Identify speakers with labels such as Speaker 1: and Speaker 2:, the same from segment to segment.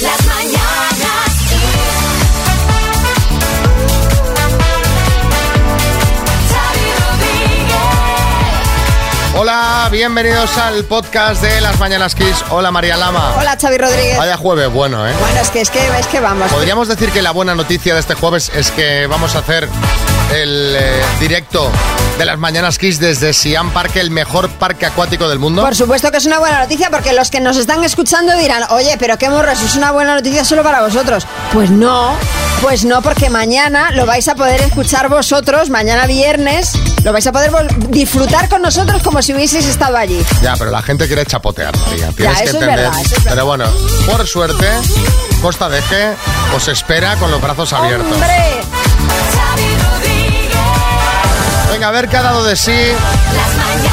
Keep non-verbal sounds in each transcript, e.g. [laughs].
Speaker 1: Las mañanas
Speaker 2: Hola, bienvenidos al podcast de Las Mañanas Kiss. Hola María Lama.
Speaker 3: Hola Xavi Rodríguez.
Speaker 2: Vaya jueves, bueno, ¿eh?
Speaker 3: Bueno, es que, es que es que vamos.
Speaker 2: Podríamos decir que la buena noticia de este jueves es que vamos a hacer el eh, directo de Las Mañanas Kiss desde Siam Parque, el mejor parque acuático del mundo.
Speaker 3: Por supuesto que es una buena noticia porque los que nos están escuchando dirán, oye, pero qué morros, es una buena noticia solo para vosotros. Pues no, pues no, porque mañana lo vais a poder escuchar vosotros, mañana viernes, lo vais a poder vol- disfrutar con nosotros como si hubieseis estado allí.
Speaker 2: Ya, pero la gente quiere chapotear, María. Tienes
Speaker 3: eso es
Speaker 2: que entender.
Speaker 3: verdad, eso es verdad.
Speaker 2: Pero bueno, por suerte, Costa de G os espera con los brazos abiertos.
Speaker 3: ¡Hombre!
Speaker 1: Xavi Rodríguez
Speaker 2: Venga, a ver qué ha dado de sí
Speaker 1: Las mañanas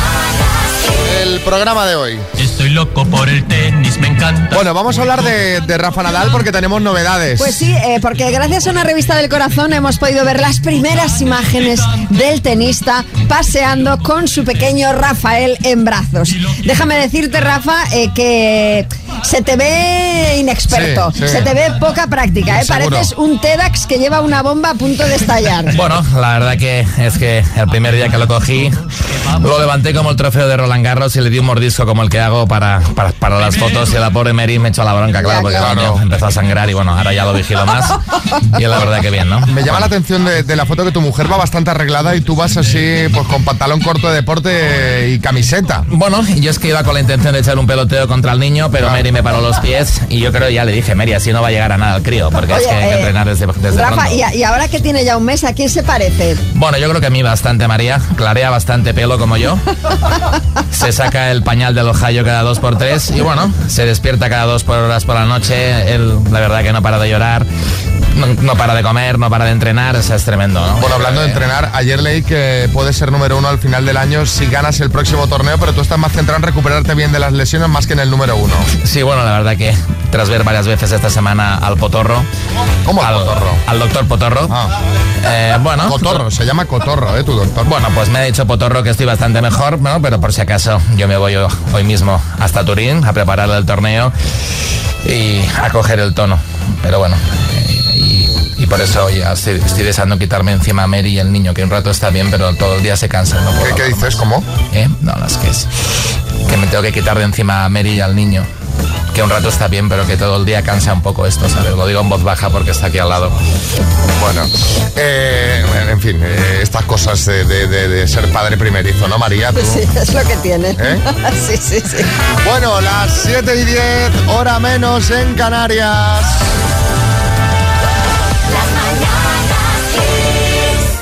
Speaker 2: el programa de hoy.
Speaker 4: Estoy loco por el tenis, me encanta.
Speaker 2: Bueno, vamos a hablar de, de Rafa Nadal porque tenemos novedades.
Speaker 3: Pues sí, eh, porque gracias a una revista del corazón hemos podido ver las primeras imágenes del tenista paseando con su pequeño Rafael en brazos. Déjame decirte, Rafa, eh, que se te ve inexperto,
Speaker 2: Sí, sí.
Speaker 3: se te ve poca práctica, ¿eh?
Speaker 2: Seguro.
Speaker 3: pareces un TEDx que lleva una bomba a punto de estallar.
Speaker 5: Bueno, la verdad que es que el primer día que lo cogí, lo levanté como el trofeo de Roland Garros y le di un mordisco como el que hago para, para, para las fotos y a la pobre Mary me echó la bronca, claro, porque
Speaker 2: claro.
Speaker 5: coño, empezó a sangrar y bueno, ahora ya lo vigilo más. Y la verdad que bien, ¿no?
Speaker 2: Me llama la atención de, de la foto que tu mujer va bastante arreglada y tú vas así, pues con pantalón corto de deporte y camiseta.
Speaker 5: Bueno,
Speaker 4: eh,
Speaker 5: yo es que iba con la intención de echar un peloteo contra el niño, pero Mary me paró los pies y yo creo que ya le dije, Mary, así no va a llegar a nada el crío, porque es
Speaker 3: Oye,
Speaker 5: que hay que
Speaker 3: eh,
Speaker 5: entrenar desde, [laughs] desde
Speaker 3: Rafa,
Speaker 5: pronto.
Speaker 3: y, a- y ahora que tiene ya un mes, ¿a quién se parece?
Speaker 5: Bueno, yo creo que a mí bastante, María. Clarea bastante pelo como yo. Se saca el pañal del ojallo cada dos por tres. Y bueno, se despierta cada dos por horas por la noche. Él, la verdad, que no para de llorar. No, no para de comer, no para de entrenar. O sea, es tremendo, ¿no?
Speaker 2: Bueno, hablando de entrenar, ayer leí que puedes ser número uno al final del año si ganas el próximo torneo, pero tú estás más centrado en recuperarte bien de las lesiones más que en el número uno.
Speaker 5: Sí, bueno, la verdad que tras ver varias veces esta semana al Potorro.
Speaker 2: ¿Cómo al
Speaker 5: al
Speaker 2: Potorro?
Speaker 5: Al doctor Potorro.
Speaker 2: Ah.
Speaker 5: eh, bueno.
Speaker 2: Cotorro, se llama Cotorro, ¿eh, tu doctor?
Speaker 5: Bueno, pues me ha dicho Potorro que estoy bastante mejor, ¿no? pero por si acaso yo me voy ho- hoy mismo hasta Turín a preparar el torneo y a coger el tono. Pero bueno, eh, y, y por eso ya estoy, estoy deseando quitarme encima a Mary y el niño, que un rato está bien, pero todo el día se cansa. No puedo
Speaker 2: ¿Qué, qué
Speaker 5: hablar
Speaker 2: dices?
Speaker 5: más.
Speaker 2: ¿Cómo?
Speaker 5: ¿Eh? No, no, es que es que me tengo que quitar de encima a Mary y al niño. Que un rato está bien, pero que todo el día cansa un poco esto, ¿sabes? Lo digo en voz baja porque está aquí al lado.
Speaker 2: Bueno, eh, en fin, eh, estas cosas de, de- de- de ser padre primerizo, ¿no, María? Tú-
Speaker 3: [laughs] Sí, es lo que tiene.
Speaker 2: ¿Eh?
Speaker 3: [laughs] Sí, sí, sí.
Speaker 2: Bueno, las 7 y 10, hora menos en Canarias.
Speaker 1: Las mañanas Kiss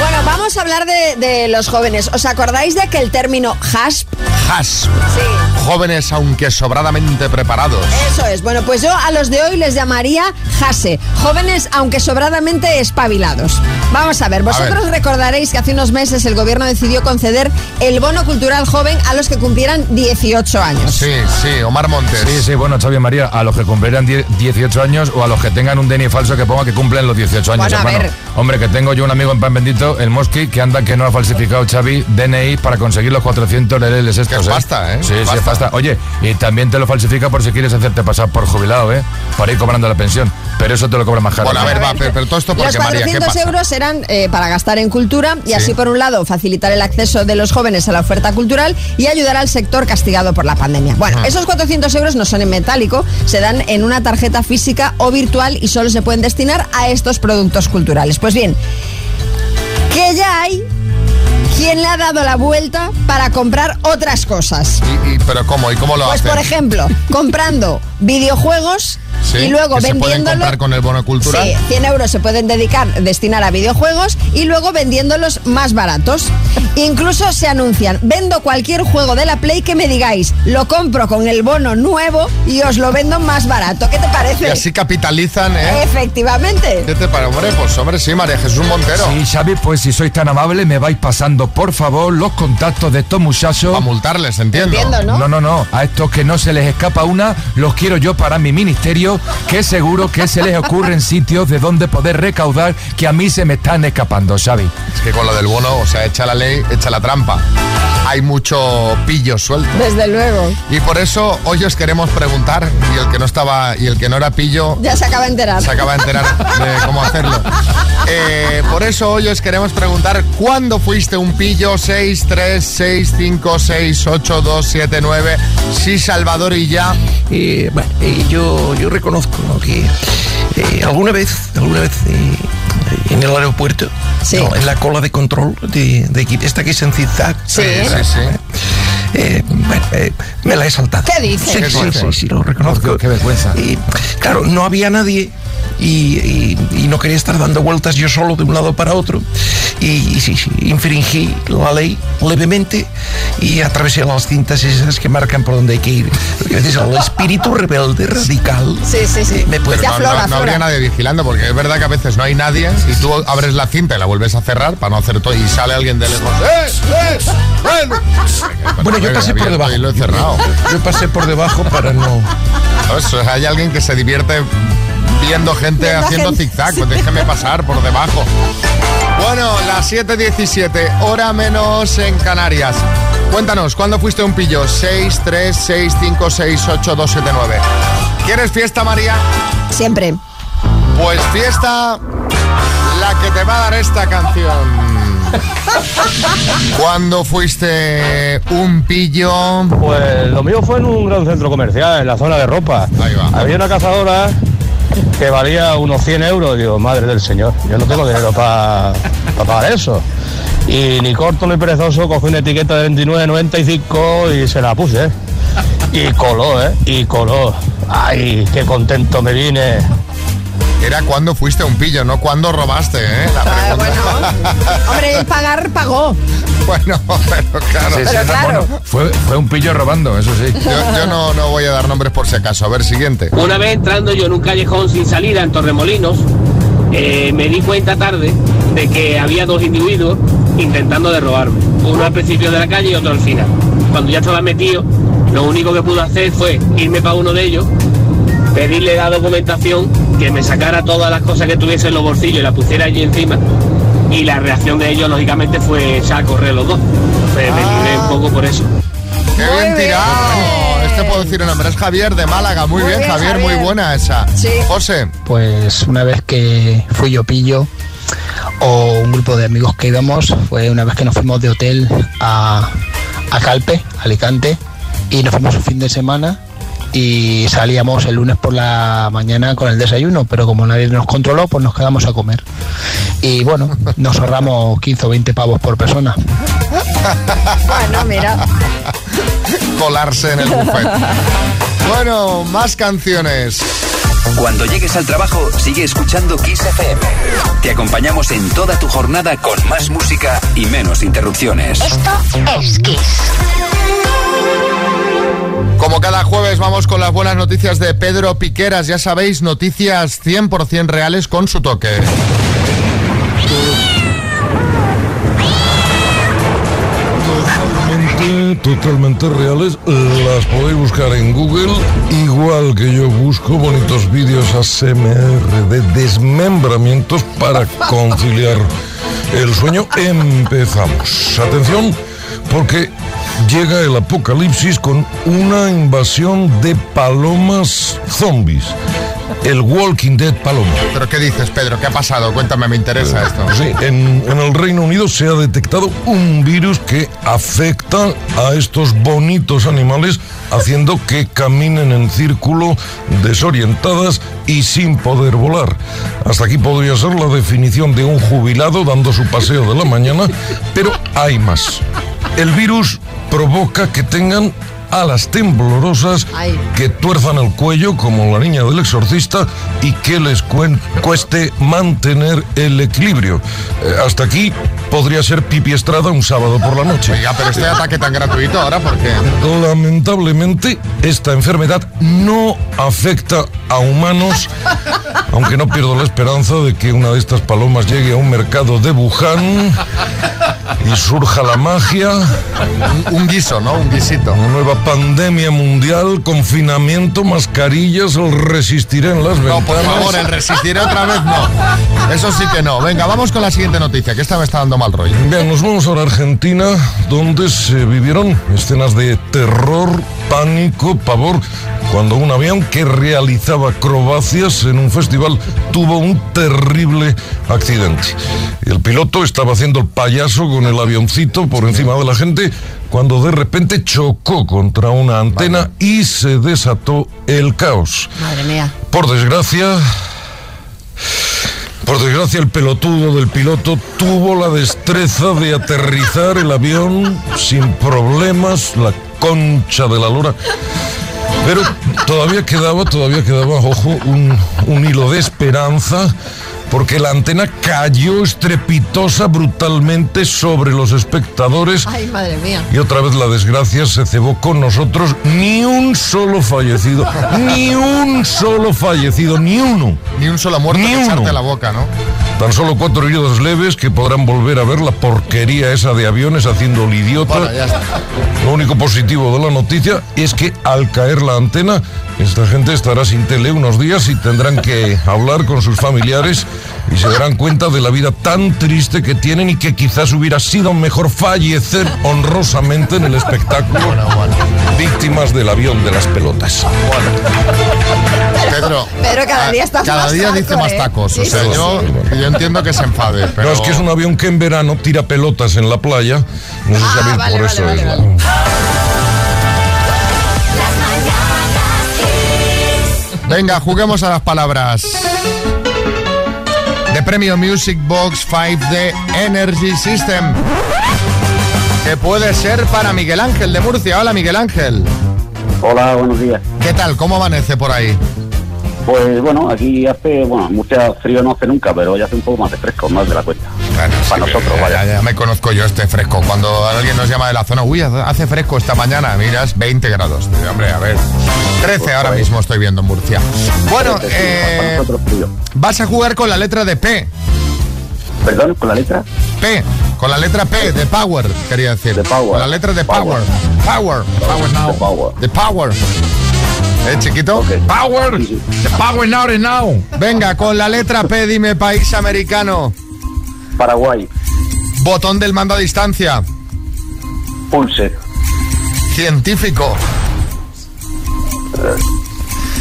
Speaker 3: Bueno, vamos a hablar de, de los jóvenes. ¿Os acordáis de que el término hasp?
Speaker 2: Has,
Speaker 3: Sí.
Speaker 2: jóvenes aunque sobradamente preparados.
Speaker 3: Eso es. Bueno, pues yo a los de hoy les llamaría Jase, jóvenes aunque sobradamente espabilados. Vamos a ver, vosotros recordaréis que hace unos meses el gobierno decidió conceder el bono cultural joven a los que cumplieran 18 años.
Speaker 2: Sí, sí, Omar Montes.
Speaker 6: Sí, sí, bueno, Xavi y María, a los que cumplirán 10 18 años o a los que tengan un DNI falso que ponga que cumplen los 18 años,
Speaker 3: Bueno, a
Speaker 6: hermano.
Speaker 3: ver.
Speaker 6: Hombre, que tengo yo un amigo en Pan Bendito, el Mosqui, que anda que no ha falsificado Xavi DNI para conseguir los 400 LLs estos,
Speaker 2: Que es pasta, ¿eh?
Speaker 6: Sí, sí,
Speaker 2: Pasta.
Speaker 6: es pasta. Oye, y también te lo falsifica por si quieres hacerte pasar por jubilado, ¿eh? Para ir cobrando la pensión. Pero eso te lo cobra más caro.
Speaker 2: Bueno, a
Speaker 6: ¿no?
Speaker 2: ver, va, pero, pero todo esto
Speaker 3: Los
Speaker 2: porque María, ¿qué
Speaker 3: 400
Speaker 2: pasa?
Speaker 3: euros serán eh, para gastar en cultura y así, por un lado, facilitar el acceso de los jóvenes a la oferta cultural y ayudar al sector castigado por la pandemia. Bueno,
Speaker 2: Ah.
Speaker 3: esos 400 euros no son en metálico, se dan en una tarjeta física o virtual y solo se pueden destinar a estos productos culturales. Pues bien, que ya hay quien le ha dado la vuelta para comprar otras cosas.
Speaker 2: Y- y- pero cómo y cómo lo
Speaker 3: Pues
Speaker 2: hacen?
Speaker 3: por ejemplo,
Speaker 2: [laughs]
Speaker 3: comprando videojuegos
Speaker 2: Sí,
Speaker 3: y luego
Speaker 2: que se pueden
Speaker 3: vendiéndolos.
Speaker 2: comprar con el bono cultural.
Speaker 3: Sí, 100 euros se pueden dedicar, destinar a videojuegos y luego vendiéndolos
Speaker 2: [laughs]
Speaker 3: más baratos. Incluso se anuncian, vendo cualquier juego de la Play que me digáis, lo compro con el bono nuevo y os lo vendo más barato. ¿Qué te
Speaker 2: Y
Speaker 3: parece?
Speaker 2: así capitalizan, ¿eh?
Speaker 3: Efectivamente.
Speaker 2: ¿Qué te parece? Hombre, pues hombre, sí, María Jesús Montero.
Speaker 6: Sí, Xavi, pues si sois tan amables, me vais pasando, por favor, los contactos de estos muchachos.
Speaker 2: Para multarles, entiendo.
Speaker 3: Entiendo, ¿no?
Speaker 6: No, no, no. A estos que no se les escapa una, los quiero yo para mi ministerio dinero que seguro que se les ocurren sitios de donde poder recaudar que a mí se me están escapando, Xavi.
Speaker 2: Es que con lo del bono, o sea, echa la ley, echa la trampa. Hay mucho pillo suelto.
Speaker 3: Desde luego.
Speaker 2: Y por eso hoy os queremos preguntar, y el que no estaba, y el que no era pillo,
Speaker 3: Ya se acaba de enterar.
Speaker 2: se acaba de enterar de cómo hacerlo. Eh, por eso hoy os queremos preguntar cuándo fuiste un pillo 6, 3, 6, 5, 6, 8, 2, 7, 9. Sí, Salvador y ya.
Speaker 7: Eh, bueno, eh, yo, yo reconozco ¿no? que eh, alguna vez, alguna vez eh, en el aeropuerto,
Speaker 3: Sí.
Speaker 7: no, en la cola de control de, de aquí, esta que es en zigzag,
Speaker 3: Sí.
Speaker 2: Sí, sí.
Speaker 7: eh, bueno, eh, me la he saltado.
Speaker 3: ¿Qué dices?
Speaker 7: Sí,
Speaker 2: Qué
Speaker 7: sí,
Speaker 2: fuerte.
Speaker 7: sí, sí, lo reconozco.
Speaker 6: Qué- qué vergüenza.
Speaker 7: Y, claro, no había nadie y, y- y no quería estar dando vueltas yo solo de un lado para otro. Y, y sí, sí, infringí la ley levemente y atravesé las cintas esas que marcan por donde hay que ir. Lo que dices,
Speaker 3: [laughs]
Speaker 7: el espíritu rebelde, radical.
Speaker 3: Sí, sí, sí. Pues
Speaker 7: Me puede
Speaker 3: Ya
Speaker 2: No, no-
Speaker 3: aflora,
Speaker 2: no
Speaker 3: aflora.
Speaker 2: habría nadie vigilando, porque es verdad que a veces no hay nadie y tú abres la cinta y la vuelves a cerrar para no hacer todo y sale alguien de lejos. ¡Eh, eh, bueno!
Speaker 7: Bueno, yo
Speaker 2: Lo he
Speaker 7: pasé por
Speaker 2: abierto
Speaker 7: debajo.
Speaker 2: Y lo he cerrado.
Speaker 7: Yo pasé por debajo para no.
Speaker 2: ¿Sabes? O sea, Hay alguien que se divierte viendo gente
Speaker 3: Viendo
Speaker 2: haciendo
Speaker 3: gente,
Speaker 2: zigzag,
Speaker 3: sí.
Speaker 2: pues déjame pasar por debajo. Bueno, las 7.17, hora menos en Canarias. Cuéntanos, ¿cuándo fuiste un pillo? 6, 3, 6, 5, 6, 8, 2, 7, 9. ¿Quieres fiesta, María?
Speaker 3: Siempre.
Speaker 2: Pues fiesta la que te va a dar esta canción. Cuando fuiste un pillo?
Speaker 8: Pues lo mío fue en un gran centro comercial, en la zona de ropa.
Speaker 2: Ahí va.
Speaker 8: Había una cazadora que valía unos 100 euros. Digo, madre del señor, yo no tengo dinero para pagar eso. Y ni corto ni perezoso, cogí una etiqueta de 29,95 y se la puse. Y coló, ¿eh? Y coló. ¡Ay, qué contento me vine!
Speaker 2: Era cuando fuiste un pillo, no cuando robaste, ¿eh? La
Speaker 3: Ah,
Speaker 2: pregunta.
Speaker 3: bueno. Hombre, el pagar pagó.
Speaker 2: Bueno, [laughs] pero claro.
Speaker 6: Sí, sí,
Speaker 3: Pero
Speaker 6: no,
Speaker 3: claro.
Speaker 6: bueno, fue, fue un pillo robando, eso sí.
Speaker 2: Yo, yo no, no voy a dar nombres por si acaso. A ver, siguiente.
Speaker 9: Una vez entrando yo en un callejón sin salida en Torremolinos, eh, me di cuenta tarde de que había dos individuos intentando de robarme. Uno al principio de la calle y otro al final. Cuando ya estaba metido, lo único que pude hacer fue irme para uno de ellos, pedirle la documentación, que me sacara todas las cosas que tuviese en los bolsillos y la pusiera allí encima. Y la reacción de ellos, lógicamente, fue echar a correr los dos. Entonces me libré un poco por eso.
Speaker 2: ¡Qué
Speaker 3: Muy
Speaker 2: bien
Speaker 3: bien.
Speaker 2: tirado! Este puedo decir el nombre. Es Javier de Málaga. Muy,
Speaker 3: Muy
Speaker 2: bien,
Speaker 3: bien,
Speaker 2: Javier, Muy
Speaker 3: Javier.
Speaker 2: buena esa.
Speaker 3: Sí.
Speaker 2: José.
Speaker 10: Pues una vez que fui yo pillo, o un grupo de amigos que íbamos, fue una vez que nos fuimos de hotel a, a Calpe, Alicante, y nos fuimos un fin de semana y salíamos el lunes por la mañana con el desayuno, pero como nadie nos controló, pues nos quedamos a comer. Y bueno, nos ahorramos 15 o 20 pavos por persona.
Speaker 3: Bueno, mira.
Speaker 2: Colarse en el
Speaker 3: [laughs]
Speaker 2: buffet. Bueno, más canciones.
Speaker 11: Cuando llegues al trabajo, sigue escuchando Kiss FM. Te acompañamos en toda tu jornada con más música y menos interrupciones.
Speaker 2: Como cada jueves vamos con las buenas noticias de Pedro Piqueras, ya sabéis, noticias 100% reales con su toque.
Speaker 6: Totalmente, totalmente reales. Las podéis buscar en Google, igual que yo busco bonitos vídeos ASMR de desmembramientos para conciliar el sueño. Empezamos. Atención, porque llega el apocalipsis con una invasión de palomas zombies. El Walking Dead Paloma.
Speaker 2: Pero ¿qué dices, Pedro? ¿Qué ha pasado? Cuéntame, me interesa esto.
Speaker 6: Sí, en, en el Reino Unido se ha detectado un virus que afecta a estos bonitos animales, haciendo que caminen en círculo, desorientadas y sin poder volar. Hasta aquí podría ser la definición de un jubilado dando su paseo de la mañana, pero hay más. El virus provoca que tengan alas temblorosas
Speaker 3: Ay.
Speaker 6: que tuerzan el cuello como la niña del exorcista y que les cuen- cueste mantener el equilibrio. Eh, hasta aquí podría ser Pipi Estrada un sábado por la noche.
Speaker 2: Oiga, pero este ataque tan gratuito ahora, ¿por qué?
Speaker 6: Lamentablemente, esta enfermedad no afecta a humanos Aunque no pierdo la esperanza de que una de estas palomas llegue a un mercado de Wuhan y surja la magia.
Speaker 2: Un, guiso, ¿no? Un guisito.
Speaker 6: Una nueva pandemia mundial, confinamiento, mascarillas, el resistiré en las
Speaker 2: No,
Speaker 6: ventanas.
Speaker 2: por favor, el resistiré otra vez no. Eso sí que no. Venga, vamos con la siguiente noticia, que esta me está dando mal rollo.
Speaker 6: Bien, nos vamos ahora a Argentina, donde se vivieron escenas de terror, pánico, pavor, cuando un avión que realizaba acrobacias en un festival tuvo un terrible accidente. El piloto estaba haciendo el payaso con el avioncito por encima de la gente cuando de repente chocó contra una antena y se desató el caos.
Speaker 3: Madre mía.
Speaker 6: Por desgracia, por desgracia el pelotudo del piloto tuvo la destreza de aterrizar el avión sin problemas, la concha de la lora. Pero todavía quedaba, todavía quedaba, ojo, un, un hilo de esperanza, porque la antena cayó estrepitosa brutalmente sobre los espectadores
Speaker 3: Ay, madre mía.
Speaker 6: y otra vez la desgracia se cebó con nosotros. Ni un solo fallecido, ni un solo fallecido, ni uno.
Speaker 2: Ni un solo muerto
Speaker 6: Ni
Speaker 2: que echarte
Speaker 6: uno.
Speaker 2: a la boca, ¿no?
Speaker 6: Tan solo cuatro heridos leves que podrán volver a ver la porquería esa de aviones haciendo el idiota.
Speaker 2: Bueno, ya está.
Speaker 6: Lo único positivo de la noticia es que al caer la antena, esta gente estará sin tele unos días y tendrán que hablar con sus familiares y se darán cuenta de la vida tan triste que tienen y que quizás hubiera sido mejor fallecer honrosamente en el espectáculo. Víctimas del avión de las pelotas.
Speaker 2: Pedro.
Speaker 3: Pedro, cada
Speaker 2: ah,
Speaker 3: día estás
Speaker 2: Cada
Speaker 3: más
Speaker 2: día
Speaker 3: taco,
Speaker 2: dice más
Speaker 3: ¿eh?
Speaker 2: tacos. O
Speaker 3: Sí,
Speaker 2: sea,
Speaker 6: sí,
Speaker 2: yo, yo entiendo que se enfade, pero.
Speaker 6: No, es que es un avión que en verano tira pelotas en la playa. No sé si
Speaker 3: Ah,
Speaker 6: sabéis
Speaker 3: vale,
Speaker 6: por
Speaker 3: vale,
Speaker 6: eso
Speaker 3: vale,
Speaker 6: es la-
Speaker 3: vale.
Speaker 1: Las mañanas kiss.
Speaker 2: Venga, juguemos a las palabras. De premio Music Box 5 de Energy System. Que puede ser para Miguel Ángel de Murcia. Hola, Miguel Ángel.
Speaker 12: Hola, buenos días.
Speaker 2: ¿Qué tal? ¿Cómo amanece por ahí?
Speaker 12: Pues bueno, aquí hace, bueno, mucho frío no hace nunca, pero hoy hace un poco más de fresco, más de la cuenta.
Speaker 2: Bueno,
Speaker 12: Para nosotros,
Speaker 2: ya,
Speaker 12: vaya.
Speaker 2: ya, ya me conozco yo este fresco. Cuando alguien nos llama de la zona, uy, hace fresco esta mañana, miras 20 grados. Digo, Hombre, a ver.
Speaker 12: Pues
Speaker 2: 13 ahora mismo estoy viendo en Murcia. Bueno,
Speaker 12: Entonces, sí, Para
Speaker 2: eh,
Speaker 12: nosotros frío.
Speaker 2: vas a jugar con la letra de P.
Speaker 12: Perdón, con la letra.
Speaker 2: P, con la letra P de Power, quería decir.
Speaker 12: De Power.
Speaker 2: Con la letra de Power.
Speaker 12: Power.
Speaker 2: Power. Power now.
Speaker 12: De Power.
Speaker 2: De Power. ¿Eh, chiquito?
Speaker 12: Ok.
Speaker 2: Power.
Speaker 12: Sí, sí.
Speaker 2: The power now is now. Venga, con la letra P, dime país americano.
Speaker 12: Paraguay,
Speaker 2: Botón del mando a distancia.
Speaker 12: pulse,
Speaker 2: Científico.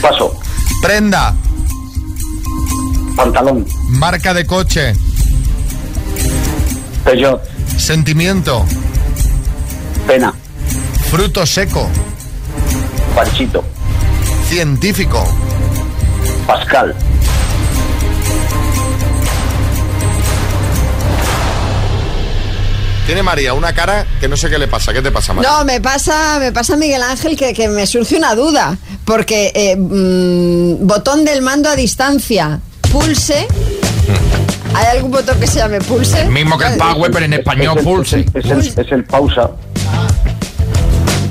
Speaker 12: paso,
Speaker 2: Prenda.
Speaker 12: pantalón,
Speaker 2: Marca de coche.
Speaker 12: Peugeot,
Speaker 2: Sentimiento.
Speaker 12: pena,
Speaker 2: Fruto seco.
Speaker 12: panchito,
Speaker 2: Científico.
Speaker 12: Pascal,
Speaker 2: Tiene María una cara que no sé qué le pasa. ¿Qué te pasa, María?
Speaker 3: No, me pasa, me pasa Miguel Ángel que, que me surge una duda, porque eh, mm, botón del mando a distancia, pulse. ¿Hay algún botón que se llame pulse?
Speaker 5: Mismo que el Power, pero en español
Speaker 12: es el,
Speaker 5: pulse.
Speaker 12: Es el, es el pausa.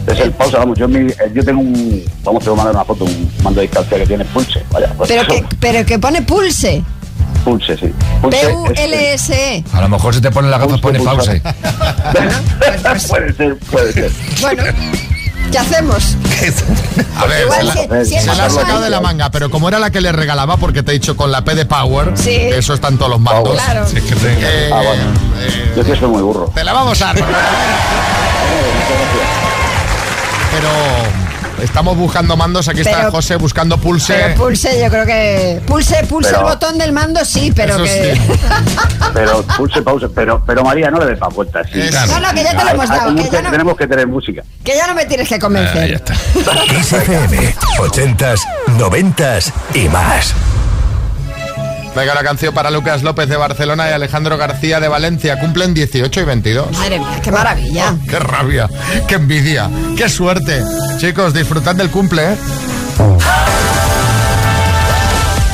Speaker 12: Es el pausa, vamos, yo, en mi- eh, yo tengo un, vamos, te voy a mandar una foto, un mando de distancia que tiene pulse, vaya, pues
Speaker 3: Pero
Speaker 12: eso,
Speaker 3: que, pero que pone pulse.
Speaker 12: pulse, sí. Pulse
Speaker 13: este.
Speaker 12: es-
Speaker 3: P-U-L-S-E.
Speaker 5: A lo mejor si te ponen la gafas pone
Speaker 12: Pulse,
Speaker 5: pause.
Speaker 2: [laughs]
Speaker 12: pulse.
Speaker 3: E
Speaker 12: puede ser, puede ser.
Speaker 3: Bueno, ¿qué hacemos?
Speaker 2: A ver,
Speaker 3: Igual
Speaker 2: se la-
Speaker 3: si- si
Speaker 2: se
Speaker 3: es
Speaker 2: la ha
Speaker 12: más
Speaker 2: sacado
Speaker 12: grande.
Speaker 2: de la manga, pero como era la que le regalaba, porque te he dicho con la P de Power,
Speaker 3: Sí.
Speaker 2: que eso están todos los mandos.
Speaker 3: Claro.
Speaker 6: Sí, que tenga.
Speaker 2: Eh,
Speaker 12: [laughs] Ah, bueno.
Speaker 2: eh,
Speaker 12: Yo es que soy muy burro.
Speaker 2: te la vamos a dar. pero estamos buscando mandos. Aquí está
Speaker 3: Pero-
Speaker 2: José buscando pulse.
Speaker 3: Pero pulse, yo creo que. Pulse, pulse
Speaker 12: Pero-
Speaker 3: el botón del mando, sí, pero
Speaker 2: Eso
Speaker 3: que.
Speaker 2: sí.
Speaker 12: Pero pulse, pausa. Pero, pero María, no le des más vueltas. sí.
Speaker 2: Claro.
Speaker 3: No, no, que ya te lo hemos
Speaker 12: Ah,
Speaker 3: dado, que ya
Speaker 12: tenemos,
Speaker 3: no,
Speaker 12: que tener música.
Speaker 3: [laughs] que ya no me tienes que
Speaker 5: Ah, ya
Speaker 3: convencer.
Speaker 5: está.
Speaker 14: Kiss FM, 80s, 90s y más.
Speaker 2: Venga, la canción para Lucas López de Barcelona y Alejandro García de Valencia. Cumplen 18 y 22.
Speaker 3: Madre mía, qué maravilla.
Speaker 2: ¡Qué rabia! ¡Qué envidia! ¡Qué suerte! Chicos, disfrutad del cumple, ¿eh?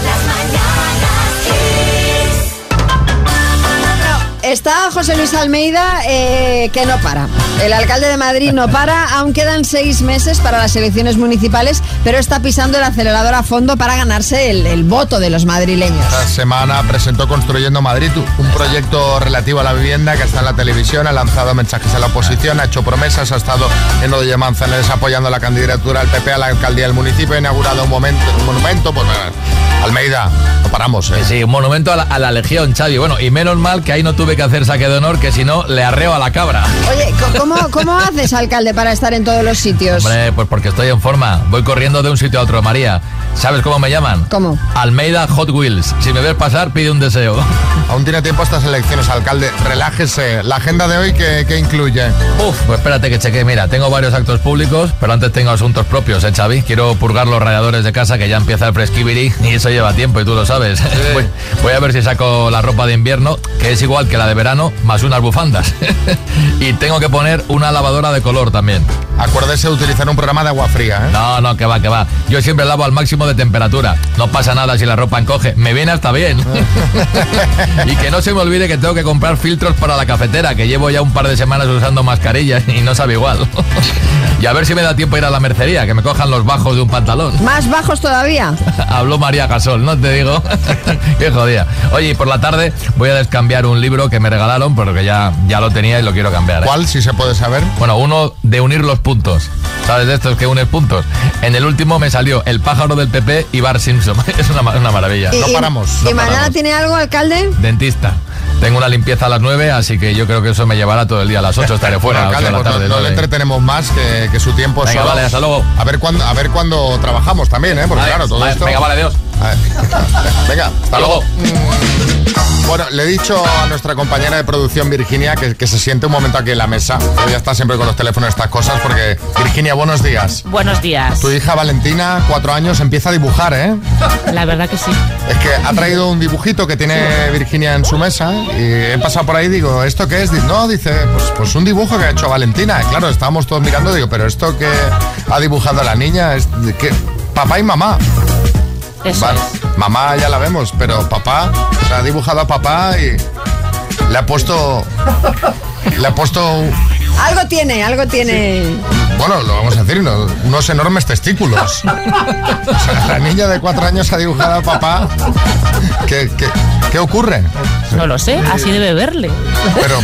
Speaker 1: Las mañanas kiss.
Speaker 3: Bueno, Está José Luis Almeida eh, que no para. El alcalde de Madrid no para, aún quedan seis meses para las elecciones municipales, pero está pisando el acelerador a fondo para ganarse el, el voto de los madrileños.
Speaker 2: Esta semana presentó Construyendo Madrid, un proyecto relativo a la vivienda que está en la televisión, ha lanzado mensajes a la oposición, ha hecho promesas, ha estado en Oye Manzanares apoyando la candidatura al PP a la alcaldía del municipio, ha inaugurado un, momento, un monumento. Pues, eh, Almeida, no paramos. ¿eh?
Speaker 15: Sí, un monumento a la, a la legión, Xavi. Bueno, y menos mal que ahí no tuve que hacer saque de honor, que si no, le arreo a la cabra.
Speaker 3: Oye, co- ¿cómo, ¿cómo haces, alcalde, para estar en todos los sitios?
Speaker 15: Hombre, pues porque estoy en forma. Voy corriendo de un sitio a otro, María. ¿Sabes cómo me llaman?
Speaker 3: ¿Cómo?
Speaker 15: Almeida Hot Wheels. Si me ves pasar, pide un deseo.
Speaker 2: [laughs] Aún tiene tiempo hasta las elecciones, alcalde. Relájese. La agenda de hoy que, incluye.
Speaker 15: Uf, pues espérate que cheque. Mira, tengo varios actos públicos, pero antes tengo asuntos propios, ¿eh, Xavi? Quiero purgar los radiadores de casa que ya empieza el fresquibiri [laughs] y eso lleva tiempo y tú lo sabes. [laughs] Voy, voy a ver si saco la ropa de invierno, que es igual que la de verano, más unas bufandas. [laughs] y tengo que poner una lavadora de color también.
Speaker 2: Acuérdese de utilizar un programa de agua fría, ¿eh?
Speaker 15: No, no, que va, que va. Yo siempre lavo al máximo de temperatura. No pasa nada si la ropa encoge. Me viene hasta
Speaker 2: [laughs]
Speaker 15: bien. y que no se me olvide que tengo que comprar filtros para la cafetera, que llevo ya un par de semanas usando mascarillas y no sabe igual. [laughs] y a ver si me da tiempo a ir a la mercería, que me cojan los bajos de un pantalón.
Speaker 3: ¿Más bajos todavía?
Speaker 15: Habló María Gasol, no te digo. [laughs] Qué jodida. Oye, y por la tarde voy a descambiar un libro que me regalaron, pero que ya, ya lo tenía y lo quiero cambiar. ¿eh?
Speaker 2: ¿Cuál, si se puede saber?
Speaker 15: Bueno, uno de unir los puntos. ¿Sabes de estos que unes puntos? En el último me salió El pájaro del PP y Bar Simpson. [laughs] Es una, ma- una maravilla.
Speaker 3: Y- y- ¿Y
Speaker 15: No
Speaker 3: mañana
Speaker 15: paramos.
Speaker 3: tiene algo, alcalde?
Speaker 15: Dentista. Tengo una limpieza a las 9, así que yo creo que eso me llevará todo el día. A las 8 estaré fuera.
Speaker 2: Bueno,
Speaker 15: ocho
Speaker 2: alcalde,
Speaker 15: de la
Speaker 2: pues no-
Speaker 15: tarde,
Speaker 2: no, le
Speaker 15: nueve.
Speaker 2: entretenemos más que, que su tiempo
Speaker 15: Venga,
Speaker 2: solo.
Speaker 15: vale, hasta luego.
Speaker 2: A ver cuándo, a ver cuándo trabajamos también, ¿eh? Porque
Speaker 15: Vale,
Speaker 2: claro, todo
Speaker 15: vale,
Speaker 2: esto.
Speaker 15: venga, vale, adiós.
Speaker 2: A ver. [laughs] venga, hasta luego. Bueno, le he dicho a nuestra compañera de producción Virginia que, que se siente un momento aquí en la mesa. Ella está siempre con los teléfonos estas cosas porque Virginia, buenos días.
Speaker 4: Buenos días.
Speaker 2: Tu hija Valentina, cuatro años, empieza a dibujar, ¿eh?
Speaker 4: La verdad que sí.
Speaker 2: Es que ha traído un dibujito que tiene Eh, Virginia en su mesa y he pasado por ahí y digo, ¿esto qué es? Dice, No, dice, pues, pues un dibujo que ha hecho Valentina. Y claro, estábamos todos mirando y digo, ¿pero esto que ha dibujado la niña? Es de que papá y mamá.
Speaker 4: Eso
Speaker 2: Vale, Mamá ya la vemos, pero papá, o sea, ha dibujado a papá y le ha puesto... Le ha puesto,
Speaker 3: Algo tiene, algo tiene.
Speaker 2: bueno, lo vamos a decir, ¿no? unos enormes
Speaker 4: [laughs]
Speaker 2: testículos. O sea, la niña de cuatro años ha dibujado a papá. ¿Qué, qué, qué ocurre?
Speaker 4: No lo sé, así debe verle.
Speaker 2: Pero,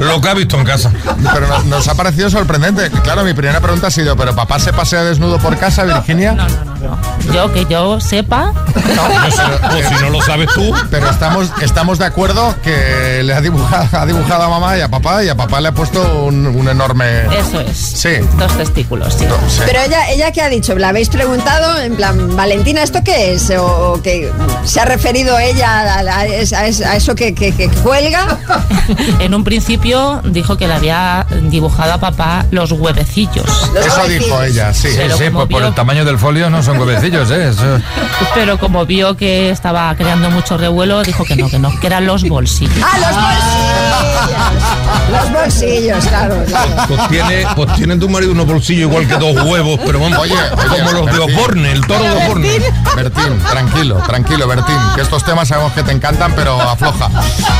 Speaker 7: Lo que ha visto en casa.
Speaker 2: Pero no- nos ha parecido sorprendente. Claro, mi primera pregunta ha sido, ¿pero papá se pasea desnudo por casa, Virginia? No, no,
Speaker 4: no. Yo que yo sepa.
Speaker 2: si no lo sabes tú. Pero estamos, estamos de acuerdo que le ha dibujado, ha dibujado a mamá y a papá y a papá le ha puesto un, un enorme...
Speaker 4: Eso es.
Speaker 2: Sí.
Speaker 4: Dos testículos, sí.
Speaker 3: Pero ella, ella ¿qué ha dicho? ¿La habéis preguntado? En plan, Valentina, ¿esto qué es? ¿O, o que se ha referido ella a, a- a- a eso que, que- que cuelga?
Speaker 4: En un principio dijo que le había dibujado a papá los huevecillos.
Speaker 2: Eso dijo ella, sí.
Speaker 4: Pero
Speaker 15: sí,
Speaker 6: pues
Speaker 4: como
Speaker 15: por, por
Speaker 4: vio-
Speaker 15: el tamaño del folio no son huevecillos, ¿eh? Eso-
Speaker 4: Pero como vio que estaba creando mucho revuelo, dijo que no, que no, que eran los bolsillos.
Speaker 3: ¡Ah, Los bolsillos, claro. claro.
Speaker 7: Pues tiene, pues tiene tu marido unos bolsillos igual que dos huevos, pero vamos,
Speaker 2: Oye, oye,
Speaker 7: como los de
Speaker 2: Bertín.
Speaker 7: Osborne, el toro de Osborne.
Speaker 2: Bertín, tranquilo, tranquilo, Bertín. Que estos temas sabemos que te encantan, pero afloja.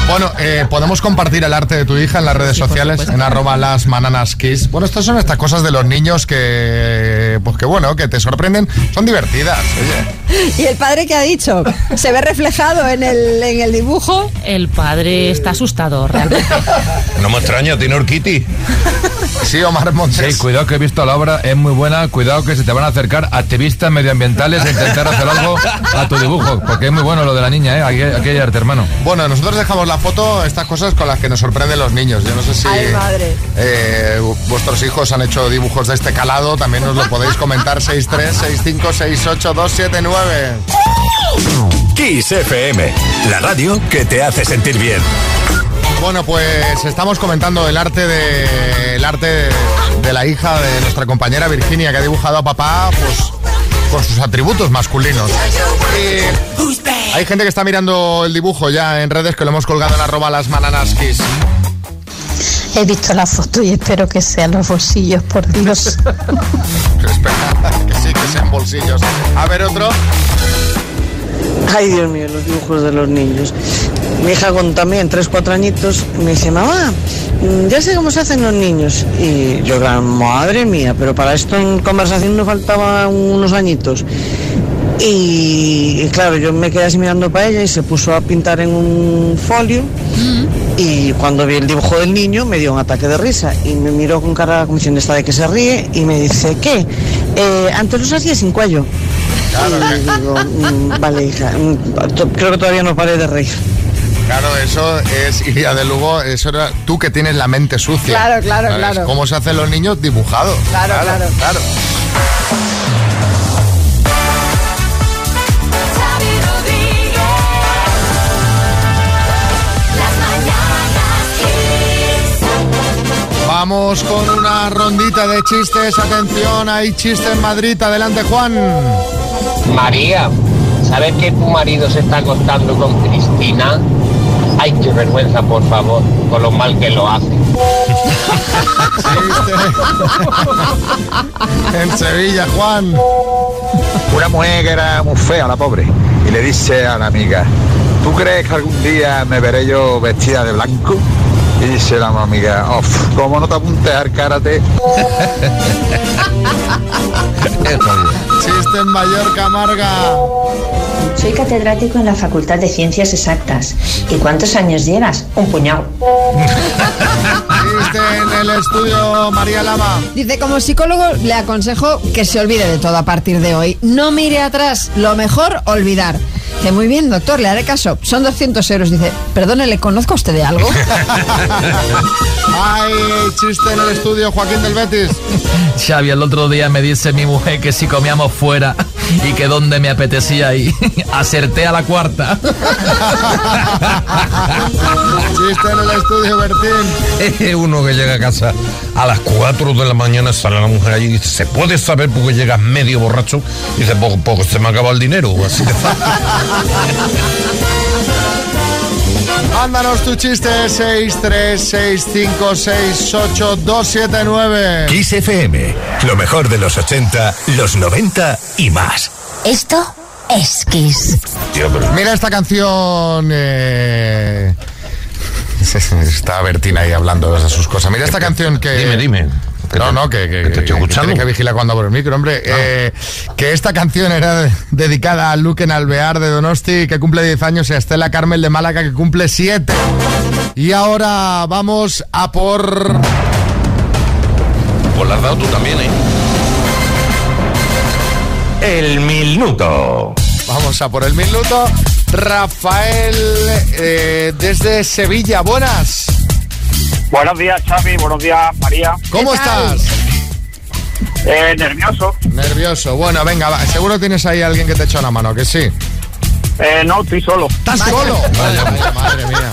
Speaker 2: Bueno, eh, podemos compartir el arte de tu hija en las redes sociales, en arroba las mananas kiss. Bueno, estas son estas cosas de los niños que, pues que bueno, que te sorprenden. Son divertidas, oye.
Speaker 7: pues
Speaker 3: ¿Y el padre qué ha dicho? ¿Se ve reflejado en el, en el dibujo?
Speaker 4: El padre está asustado, realmente.
Speaker 7: No me extraña, tiene Orquiti.
Speaker 2: Sí, Omar Montes.
Speaker 15: Sí, cuidado que he visto la obra, es muy buena. Cuidado que se te van a acercar activistas medioambientales a intentar hacer algo a tu dibujo. Porque es muy bueno lo de la niña, ¿eh? Aquí, aquí hay arte, hermano.
Speaker 2: Bueno, nosotros dejamos la foto, estas cosas con las que nos sorprenden los niños. Yo no sé si
Speaker 15: Ay, madre.
Speaker 2: eh, vu- vuestros hijos han hecho dibujos de este calado, también nos lo podéis comentar 636568279.
Speaker 13: Kiss FM, la radio que te hace sentir bien.
Speaker 2: Bueno, pues estamos comentando el arte de el arte de la hija de nuestra compañera Virginia que ha dibujado a papá pues con sus atributos masculinos. Y hay gente que está mirando el dibujo ya en redes que lo hemos colgado en arroba las [laughs] mananaskis.
Speaker 16: He visto la foto y espero que sean los bolsillos, por Dios. [laughs]
Speaker 2: Espera, que sí, que sean bolsillos. A ver otro.
Speaker 17: Ay, Dios mío, los dibujos de los niños. Mi hija con también 3, 4 añitos me dice, mamá, mm, ya sé cómo se hacen los niños. Y yo, claro, madre mía, pero para esto en conversación nos faltaban unos añitos. Y, y claro, yo me quedé así mirando para ella y se puso a pintar en un folio. Y cuando vi el dibujo del niño me dio un ataque de risa y me miró con cara como diciendo esta de que se ríe y me dice, ¿qué? Eh, antes los hacía sin cuello. Y digo, "Mm, vale, hija, mm, to- creo que todavía no paré de reír.
Speaker 2: Claro, eso es Iria de Lugo, eso era tú que tienes la mente sucia.
Speaker 3: Claro, claro,
Speaker 2: ¿Sabes?
Speaker 3: claro.
Speaker 2: ¿Cómo se hacen los niños dibujados?
Speaker 3: Claro, claro.
Speaker 2: claro. Vamos con una rondita de chistes. Atención, hay chiste en Madrid. Adelante, Juan.
Speaker 9: María, ¿sabes que tu marido se está acostando con Cristina? Ay, qué vergüenza, por favor, con lo mal que lo hace.
Speaker 2: En Sevilla, Juan.
Speaker 18: Una mujer que era muy fea, la pobre, y le dice a la amiga, ¿tú crees que algún día me veré yo vestida de blanco? Y dice la amiga, "Of, ¿cómo no te apuntes al
Speaker 11: [laughs]
Speaker 18: karate?
Speaker 2: [laughs] Chiste en Mallorca, Marga.
Speaker 4: Soy catedrático en la Facultad de Ciencias Exactas. ¿Y cuántos años llevas? Un puñado.
Speaker 2: Chiste en el estudio, María Lama.
Speaker 3: Dice, como psicólogo le aconsejo que se olvide de todo a partir de hoy. No mire atrás, lo mejor olvidar. Que muy bien, doctor, le haré caso. Son 200 euros. Dice, perdone, ¿le conozco a usted de algo?
Speaker 2: [laughs] Ay, chiste en el estudio, Joaquín del Betis.
Speaker 15: Xavi, el otro día me dice mi mujer que si comíamos fuera y que donde me apetecía ir, [laughs] acerté a la cuarta.
Speaker 2: Chiste en el estudio, Bertín.
Speaker 7: [laughs] Es uno que llega a casa a las 4 de la mañana, sale la mujer allí y dice, ¿se puede saber por qué llegas medio borracho? Y dice, poco, poco, se me ha acabado el dinero. Así de fácil.
Speaker 2: Mándanos tu chiste 636568279.
Speaker 19: Kiss FM, [laughs] lo mejor de los 80, los 90 y más.
Speaker 2: Esto es Kiss.
Speaker 7: [laughs]
Speaker 2: Mira esta canción. eh, Está Bertina ahí hablando de sus cosas. Mira esta canción que. Dime,
Speaker 7: dime.
Speaker 2: No, no, que, que, que tiene que vigilar cuando abro el micro, hombre. Eh, que esta canción era de- dedicada a Luquen Alvear de Donosti, que cumple 10 años, y a Estela Carmel de Málaga, que cumple 7. Y ahora vamos a por.
Speaker 7: Pues la has dado tú también, ¿eh?
Speaker 19: El minuto.
Speaker 2: Vamos a por el minuto. Rafael, eh, desde Sevilla, buenas.
Speaker 13: Buenos días, Xavi. Buenos días, María.
Speaker 2: ¿Cómo estás?
Speaker 13: Eh, nervioso.
Speaker 2: Nervioso. Bueno, venga, va. seguro tienes ahí a alguien que te echó la mano, que sí.
Speaker 13: Eh, no, estoy solo.
Speaker 2: ¿Estás solo? Vaya, vaya, madre mía.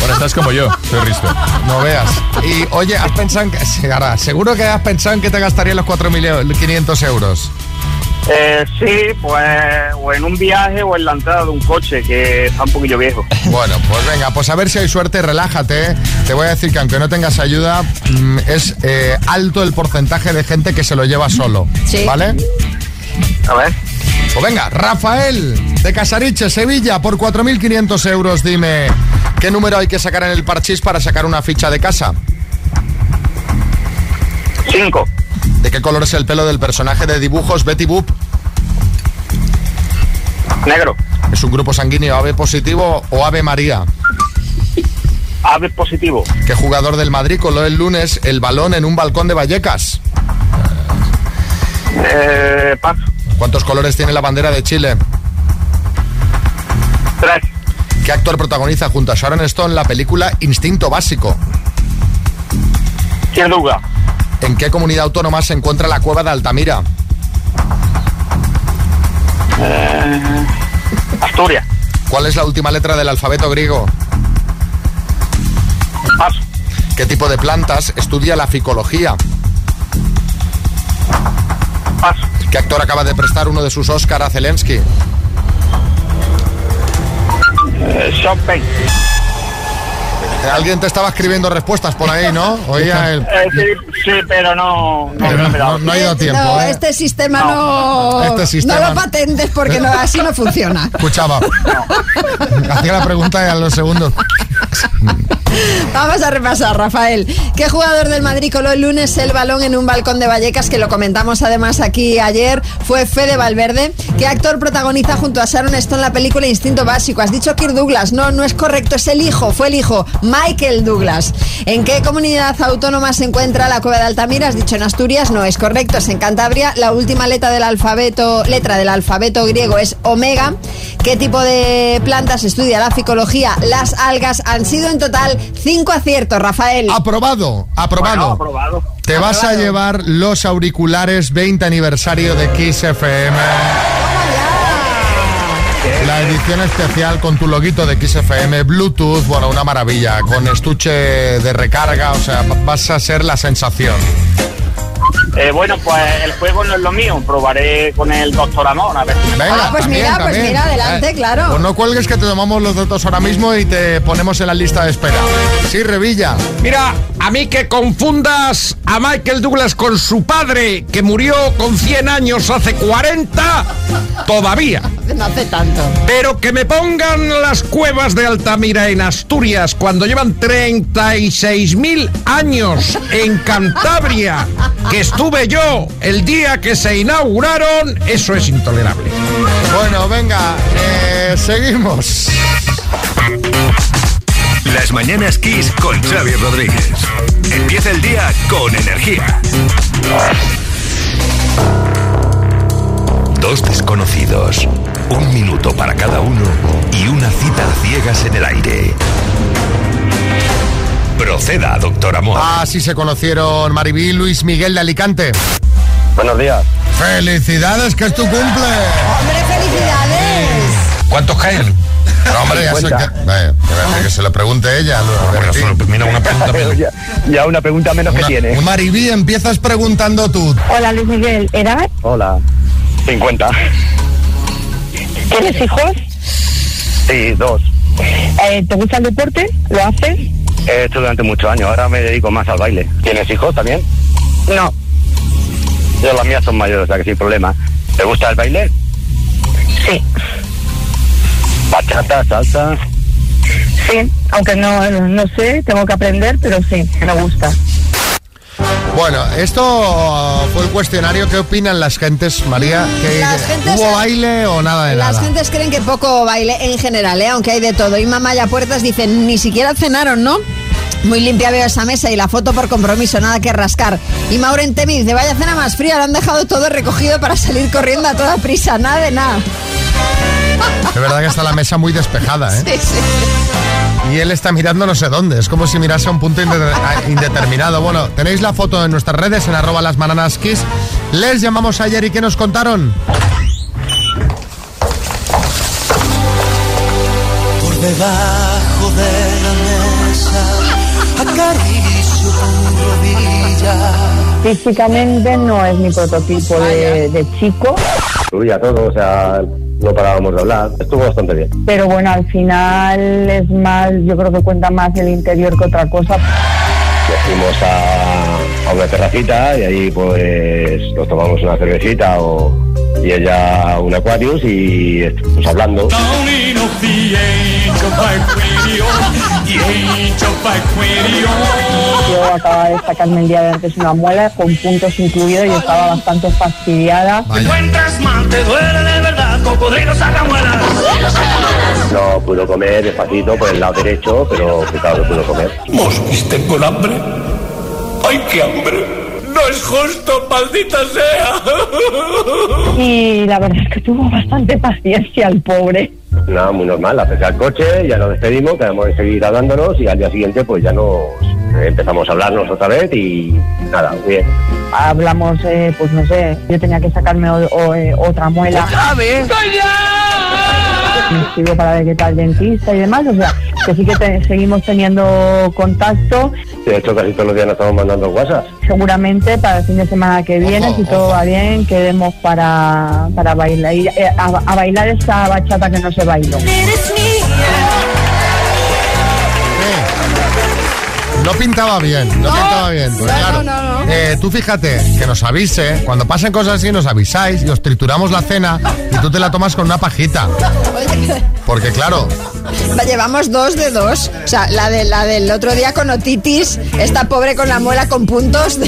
Speaker 20: Bueno, estás como yo, soy Risto.
Speaker 2: No veas. Y oye, has pensado en que. sí, ahora, seguro que has pensado en que te gastarías los 4.500 euros.
Speaker 13: Eh, sí, pues o en un viaje o en la entrada de un coche que está un poquillo viejo.
Speaker 2: [laughs] Bueno, pues venga, pues a ver si hay suerte, relájate. ¿eh? Te voy a decir que aunque no tengas ayuda, mm, es eh, alto el porcentaje de gente que se lo lleva solo. ¿Vale?
Speaker 13: A ver.
Speaker 2: Pues venga, Rafael, de Casariche, Sevilla, por 4.500 euros, dime, ¿qué número hay que sacar en el parchís para sacar una ficha de casa?
Speaker 13: Cinco.
Speaker 2: ¿De qué color es el pelo del personaje de dibujos Betty Boop?
Speaker 13: Negro.
Speaker 2: ¿Es un grupo sanguíneo AB positivo o Ave María?
Speaker 13: Ave positivo.
Speaker 2: ¿Qué jugador del Madrid coló el lunes el balón en un balcón de Vallecas?
Speaker 13: Eh, paso.
Speaker 2: ¿Cuántos colores tiene la bandera de Chile?
Speaker 13: Tres.
Speaker 2: ¿Qué actor protagoniza junto a Sharon Stone la película Instinto Básico?
Speaker 13: Sin duda.
Speaker 2: ¿En qué comunidad autónoma se encuentra la cueva de Altamira?
Speaker 13: Eh, Asturias.
Speaker 2: ¿Cuál es la última letra del alfabeto griego?
Speaker 13: Paso.
Speaker 2: ¿Qué tipo de plantas estudia la ficología? ¿Qué actor acaba de prestar uno de sus Óscar a Zelensky?
Speaker 13: Eh, Sean Penn.
Speaker 2: Alguien te estaba escribiendo respuestas por ahí, ¿no? Oía el...
Speaker 21: Eh, sí, sí, pero no. no,
Speaker 2: Pero
Speaker 21: me esperaba.
Speaker 2: no- no ha ido tiempo.
Speaker 3: No,
Speaker 2: ¿eh?
Speaker 3: este sistema no,
Speaker 2: Este sistema
Speaker 3: no lo
Speaker 2: no. Pues-
Speaker 3: patentes porque no, así
Speaker 2: [laughs]
Speaker 3: no funciona.
Speaker 2: Escuchaba. Hacía la pregunta y a los segundos.
Speaker 3: Vamos a repasar, Rafael. ¿Qué jugador del Madrid coló el lunes el balón en un balcón de Vallecas, que lo comentamos además aquí ayer? Fue Fede Valverde. ¿Qué actor protagoniza junto a Sharon Stone la película Instinto Básico? Has dicho Kirk Douglas. No, no es correcto, es el hijo, fue el hijo, Michael Douglas. ¿En qué comunidad autónoma se encuentra la Cueva de Altamira? Has dicho en Asturias, no es correcto, es en Cantabria. La última letra del alfabeto, letra del alfabeto griego es omega. ¿Qué tipo de plantas estudia la ficología? Las algas han sido en total cinco aciertos, Rafael.
Speaker 2: Aprobado, aprobado.
Speaker 21: Bueno, aprobado.
Speaker 2: Te vas a llevar los auriculares 20 aniversario de Kiss FM. La edición especial con tu loguito de Kiss FM, Bluetooth, bueno, una maravilla, con estuche de recarga, o sea, va- vas a ser la sensación.
Speaker 21: Eh, bueno, pues el juego no es lo mío. Probaré con el doctor Amor. A ver si me
Speaker 2: Venga,
Speaker 3: Ah, pues
Speaker 2: también,
Speaker 3: mira, pues
Speaker 2: también.
Speaker 3: mira, adelante,
Speaker 2: Eh,
Speaker 3: claro.
Speaker 2: Pues no cuelgues que te tomamos los datos ahora mismo y te ponemos en la lista de espera. Sí, Revilla.
Speaker 7: Mira, a mí que confundas a Michael Douglas con su padre, que murió con 100 años hace 40, todavía.
Speaker 3: No hace tanto.
Speaker 7: Pero que me pongan las cuevas de Altamira en Asturias cuando llevan 36.000 años en Cantabria, que estuve yo el día que se inauguraron, eso es intolerable.
Speaker 2: Bueno, venga, eh, seguimos.
Speaker 14: Las mañanas Kiss con Xavi Rodríguez. Empieza el día con energía. Dos desconocidos, un minuto para cada uno y una cita a ciegas en el aire. Proceda, doctor Amor.
Speaker 2: Así se conocieron Maribí y Luis Miguel de Alicante.
Speaker 14: Buenos días.
Speaker 2: Felicidades, que es tu cumple.
Speaker 3: Hombre, felicidades.
Speaker 7: ¿Cuántos
Speaker 13: [laughs]
Speaker 7: caen?
Speaker 2: No, hombre, ya sé que, Vaya, que voy a hacer que se lo pregunte ella.
Speaker 13: Ah,
Speaker 7: mira,
Speaker 2: [laughs]
Speaker 7: una pregunta menos.
Speaker 2: ya, una pregunta menos que tiene. Maribí, empiezas preguntando tú.
Speaker 4: Hola Luis Miguel, ¿edad?
Speaker 2: Hola.
Speaker 13: 50.
Speaker 4: ¿Tienes hijos?
Speaker 13: Sí, dos.
Speaker 4: Eh, ¿Te gusta el deporte? ¿Lo haces?
Speaker 13: Esto durante muchos años. Ahora me dedico más al baile. ¿Tienes hijos también?
Speaker 4: No.
Speaker 13: Yo las mías son mayores, o sea que sin problema. ¿Te gusta el baile?
Speaker 4: Sí.
Speaker 13: Bachata, salsa.
Speaker 4: Sí, aunque no, no sé, tengo que aprender, pero sí, me gusta.
Speaker 2: Bueno, esto ah, fue el cuestionario. ¿Qué opinan las gentes, María? ¿Que
Speaker 3: Las gentes-
Speaker 2: ¿Hubo baile o nada de
Speaker 3: Las
Speaker 2: nada?
Speaker 3: gentes creen que poco baile en general, ¿eh? aunque hay de todo. Y Mamaya Puertas dice, ni siquiera cenaron, ¿no? Muy limpia veo esa mesa y la foto por compromiso, nada que rascar. Y Mauren Temi dice, vaya cena más fría, lo han dejado todo recogido para salir corriendo a toda prisa, nada de nada. [laughs]
Speaker 2: De verdad que está la mesa muy despejada, ¿eh?
Speaker 3: Sí, sí.
Speaker 2: Y él está mirando no sé dónde. Es como si mirase a un punto inde- a- indeterminado. Bueno, tenéis la foto en nuestras redes, en arroba las kiss. Les llamamos ayer y ¿qué nos contaron?
Speaker 1: Por debajo de la mesa, acaricio tu rodilla.
Speaker 4: Físicamente no es mi prototipo de, de chico,
Speaker 13: Fluía todo, o sea, no parábamos de hablar. Estuvo bastante bien.
Speaker 4: pero bueno, al final es más, yo creo que cuenta más el interior que otra cosa.
Speaker 13: Nos fuimos a, a una terracita y ahí pues nos tomamos una cervecita o, y ella un Aquarius y estuvimos hablando.
Speaker 4: Yo acababa de sacarme el día de antes una muela con puntos incluidos y estaba bastante fastidiada.
Speaker 1: Encuentras mal, te duele de verdad, cocodrilos a la muela.
Speaker 13: No pudo comer despacito por el lado derecho, pero que claro que pudo comer.
Speaker 1: ¿Mosquiste con hambre? ¡Ay, qué hambre! ¡No es justo, maldita sea!
Speaker 4: Y la verdad es que tuvo bastante paciencia el pobre.
Speaker 13: Nada, muy normal, la pesca al coche, ya nos despedimos, quedamos de seguir hablándonos y al día siguiente pues ya nos eh, empezamos a hablarnos otra vez y nada, muy bien.
Speaker 4: Hablamos, eh, pues no sé, yo tenía que sacarme o- o, eh, otra muela. Me escribió para ver qué tal dentista y demás, o sea, que sí que te- seguimos teniendo contacto.
Speaker 13: De hecho casi todos los días nos estamos mandando WhatsApp.
Speaker 4: Seguramente para el fin de semana que viene, si todo va bien, quedemos para, para bailar, ir, eh, a, a bailar esa bachata que no se bailó.
Speaker 1: Eres mía.
Speaker 2: No pintaba bien, no,
Speaker 3: No,
Speaker 2: pintaba bien. Pues
Speaker 3: no,
Speaker 2: claro,
Speaker 3: no, no.
Speaker 2: eh, tú fíjate, que nos avise. Cuando pasen cosas así, nos avisáis y os trituramos la cena y tú te la tomas con una pajita.
Speaker 3: Oye,
Speaker 2: Porque claro,
Speaker 3: La llevamos dos de dos. O sea, la, de, la del otro día con otitis, esta pobre con la muela con puntos.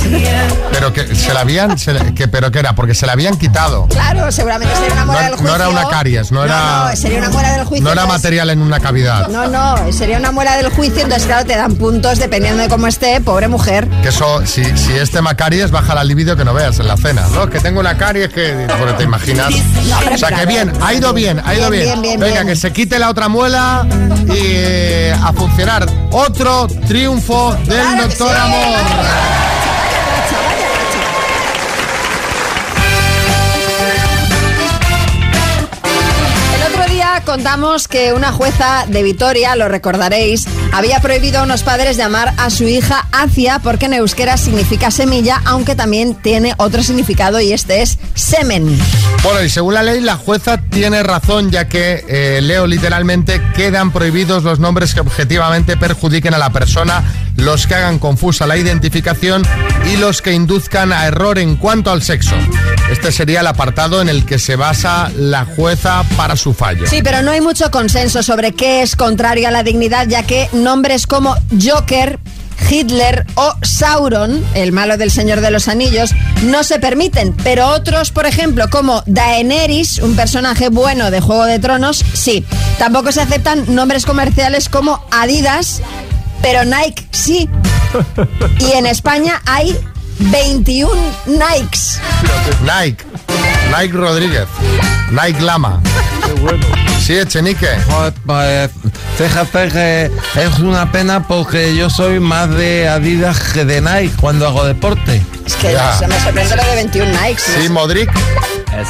Speaker 2: pero que se la habían, se la- que, pero que era, porque se la habían quitado.
Speaker 3: [laughs] claro, seguramente sería una
Speaker 2: No,
Speaker 3: muela del
Speaker 2: no
Speaker 3: juicio.
Speaker 2: era una caries, no era,
Speaker 3: No, sería una muela del juicio. pues.
Speaker 2: no era
Speaker 3: entonces-
Speaker 2: material en una cavidad.
Speaker 3: No, no, sería una muela del juicio, entonces claro, te dan puntos dependiendo de cómo esté, pobre mujer.
Speaker 2: Que eso, si, si es tema caries, baja la libido que no veas en la cena. No, es que tengo una caries que. Bueno, te imaginas.
Speaker 3: hombre,
Speaker 2: o sea, que
Speaker 3: claro.
Speaker 2: bien, ha ido bien, ha ido bien.
Speaker 3: Bien, bien, bien,
Speaker 2: Venga,
Speaker 3: bien.
Speaker 2: que se quite la otra muela y eh, a funcionar. Otro triunfo del doctor Amor.
Speaker 3: El otro día contamos que una jueza de Vitoria, lo recordaréis, había prohibido a unos padres llamar a su hija Acia porque en euskera significa semilla, aunque también tiene otro significado y este es semen.
Speaker 2: Bueno, y según la ley, la jueza tiene razón, ya que, eh, leo literalmente, quedan prohibidos los nombres que objetivamente perjudiquen a la persona, los que hagan confusa la identificación y los que induzcan a error en cuanto al sexo. Este sería el apartado en el que se basa la jueza para su fallo.
Speaker 3: Sí, pero no hay mucho consenso sobre qué es contrario a la dignidad, ya que nombres como Joker, Hitler o Sauron, el malo del Señor de los Anillos, no se permiten, pero otros, por ejemplo, como Daenerys, un personaje bueno de Juego de Tronos, sí. Tampoco se aceptan nombres comerciales como Adidas, pero Nike sí. Y en España hay 21 Nikes.
Speaker 2: Nike, Nike Rodríguez, Nike Lama. Sí, Echenique.
Speaker 8: Pues, fíjate que es una pena porque yo soy más de Adidas que de Nike cuando hago deporte.
Speaker 3: Es que
Speaker 8: Ya.
Speaker 3: se me sorprende lo de 21 Nikes. no sé.
Speaker 2: Modric.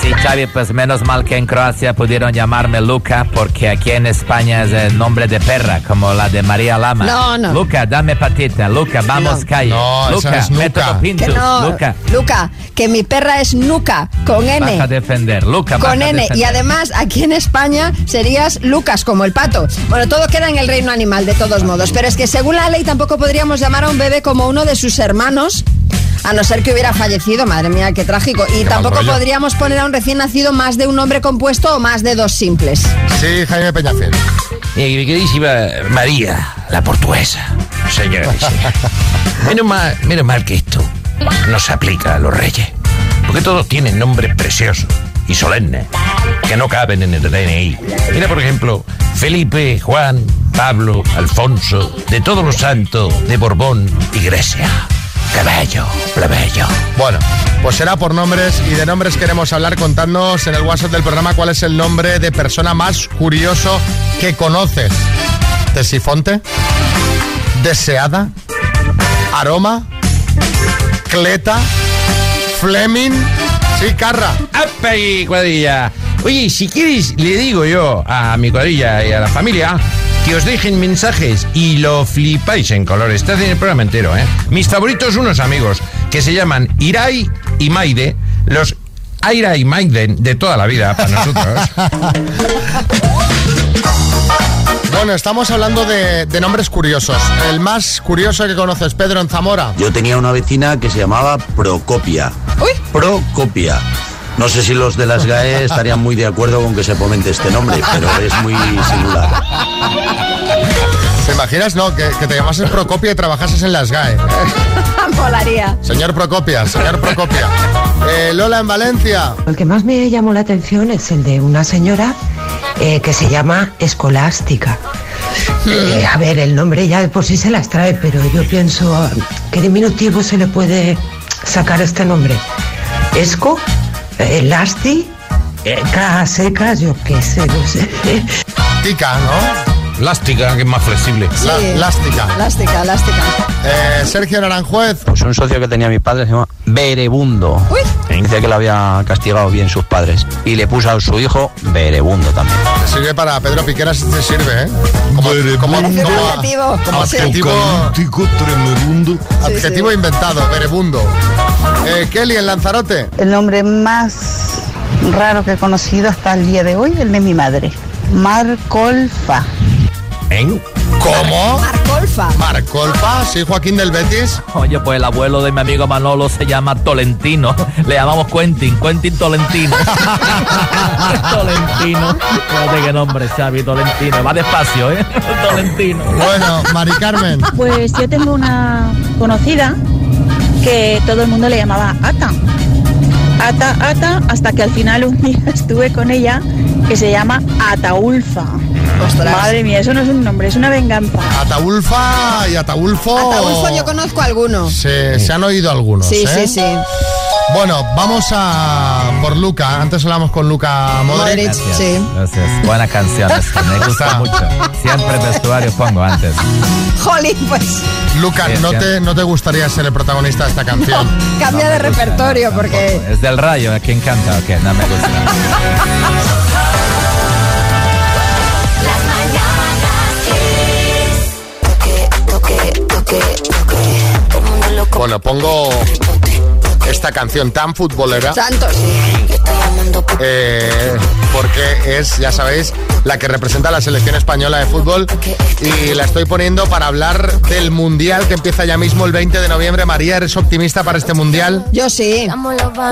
Speaker 5: sí, Xavi, pues menos mal que en Croacia pudieron llamarme Luca, porque aquí en España es el nombre de perra, como la de María Lama.
Speaker 3: No, no.
Speaker 5: Luca, dame patita. Luca, vamos, calle.
Speaker 2: No, esa
Speaker 5: Luca,
Speaker 2: es nuca.
Speaker 5: método Pintus.
Speaker 3: Que no,
Speaker 5: Luca,
Speaker 3: Luca, que mi perra es Nuca, con N.
Speaker 5: vas a defender. Luca, vas
Speaker 3: con
Speaker 5: a
Speaker 3: N.
Speaker 5: defender.
Speaker 3: Y además, aquí en España serías Lucas, como el pato. Bueno, todo queda en el reino animal, de todos modos. Pero es que según la ley tampoco podríamos llamar a un bebé como uno de sus hermanos. A no ser que hubiera fallecido, madre mía, qué trágico. Y
Speaker 2: mal
Speaker 3: tampoco
Speaker 2: rollo.
Speaker 3: podríamos poner a un recién nacido más de un nombre compuesto o más de dos simples.
Speaker 2: Sí, Jaime Peñafiel.
Speaker 7: Eh, mi queridísima María, la portuguesa, señora. menos, mal, menos mal que esto no se aplica a los reyes, porque todos tienen nombres preciosos y solemnes que no caben en el DNI. Mira, por ejemplo, Felipe, Juan, Pablo, Alfonso, de todos los santos de Borbón y Grecia. Cabello, plebeyo.
Speaker 2: Bueno, pues será por nombres y de nombres queremos hablar. Contadnos en el WhatsApp del programa cuál es el nombre de persona más curioso que conoces. Tesifonte, Deseada, Aroma, Cleta, Fleming, [laughs] sí, Carra.
Speaker 8: ¡Apa y cuadrilla! Oye, si quieres, le digo yo a mi cuadrilla y a la familia que os dejen mensajes y lo flipáis en colores. Está en el programa entero, ¿eh? Mis favoritos, unos amigos que se llaman Irai y Maide, los Aira y Maiden de toda la vida para
Speaker 2: [laughs]
Speaker 8: nosotros.
Speaker 2: Bueno, estamos hablando de, de nombres curiosos. El más curioso que conoces, Pedro en Zamora.
Speaker 22: Yo tenía una vecina que se llamaba Procopia. Procopia. No sé si los de las GAE estarían muy de acuerdo con que se comente este nombre, pero es muy singular.
Speaker 2: ¿Te imaginas, no? Que, que te llamases Procopia y trabajases en las E. GAE.
Speaker 3: [laughs] Molaría.
Speaker 2: Señor Procopia, señor Procopia. Eh, Lola en Valencia.
Speaker 23: El que más me llamó la atención es el de una señora eh, que se llama Escolástica. Eh, a ver, el nombre ya de por sí se las trae, pero yo pienso qué diminutivo se le puede sacar a este nombre. Esco, eh, Lasti, eh, ca- secas, yo qué sé, no sé.
Speaker 2: Tica, ¿no?
Speaker 8: Lástica, que es más flexible.
Speaker 2: La- Lástica.
Speaker 3: Elástica, elástica.
Speaker 2: Eh, Sergio Naranjuez.
Speaker 24: Pues un socio que tenía mi padre se llama Berebundo. Y Dice que lo había castigado bien sus padres. Y le puso a su hijo Berebundo también.
Speaker 2: Te Sirve para Pedro Piqueras, te sirve, ¿eh? Como, como,
Speaker 3: Parece un
Speaker 2: como-
Speaker 3: adjetivo.
Speaker 2: como
Speaker 3: Sí.
Speaker 2: adjetivo. Adjetivo inventado, verebundo. Eh, Kelly en Lanzarote.
Speaker 25: El nombre más raro que he conocido hasta el día de hoy, el de mi madre. Marcolfa.
Speaker 8: ¿En?
Speaker 2: ¿Cómo?
Speaker 3: Marcolfa.
Speaker 2: Marcolfa, sí, Joaquín del Betis.
Speaker 9: Oye, pues el abuelo de mi amigo Manolo se llama Tolentino. [laughs] Le llamamos Quentin, Quentin Tolentino. [laughs] Tolentino. Fíjate qué nombre, Xavi, Tolentino. Va despacio, ¿eh? [laughs] Tolentino.
Speaker 2: Bueno, Mari Carmen.
Speaker 25: [laughs] Pues yo tengo una conocida que todo el mundo le llamaba Ata. Ata, Ata, hasta que al final un día [laughs] estuve con ella que se llama Ataulfa.
Speaker 3: Ostras.
Speaker 25: Madre mía, eso no es un nombre, es una venganza.
Speaker 2: Ataulfa y Ataulfo.
Speaker 3: Ataulfo yo conozco alguno.
Speaker 2: Se, se han oído algunos.
Speaker 3: Sí,
Speaker 2: ¿eh?
Speaker 3: sí, sí.
Speaker 2: Bueno, vamos a por Luca. Antes hablamos con Luca Modric.
Speaker 3: Modric, sí.
Speaker 5: Gracias. Buenas canciones. Me
Speaker 2: [laughs]
Speaker 5: gusta mucho. Siempre vestuario pongo antes.
Speaker 3: [laughs] Jolín, pues.
Speaker 2: Luca,
Speaker 5: Sí, es
Speaker 2: no
Speaker 5: que-
Speaker 2: te, no te gustaría ser el protagonista de esta
Speaker 3: [laughs]
Speaker 2: canción.
Speaker 3: Cambia de repertorio porque.
Speaker 5: Es del rayo, ¿a quién canta? Ok, no me gusta.
Speaker 2: Bueno, pongo esta canción tan futbolera.
Speaker 3: Santos.
Speaker 2: Eh, porque es, ya sabéis, la que representa a la selección española de fútbol y la estoy poniendo para hablar del Mundial que empieza ya mismo el 20 de noviembre. María, ¿eres optimista para este Mundial?
Speaker 3: Yo sí.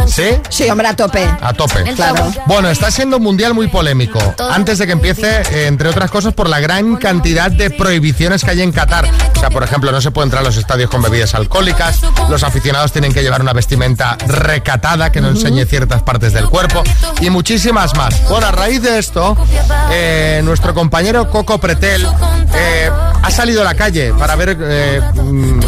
Speaker 2: ¿Sí?
Speaker 3: Sí, hombre, a tope.
Speaker 2: A tope.
Speaker 3: Claro.
Speaker 2: Bueno, está siendo un mundial muy polémico. Antes de que empiece, eh, entre otras cosas, por la gran cantidad de prohibiciones que hay en Qatar. O sea, por ejemplo, no se puede entrar a los estadios con bebidas alcohólicas, los aficionados tienen que llevar una vestimenta recatada que no enseñe ciertas partes del cuerpo y muchísimas más. Bueno, a raíz de esto, eh, nuestro compañero Coco Pretel eh, ha salido a la calle para ver eh, mm,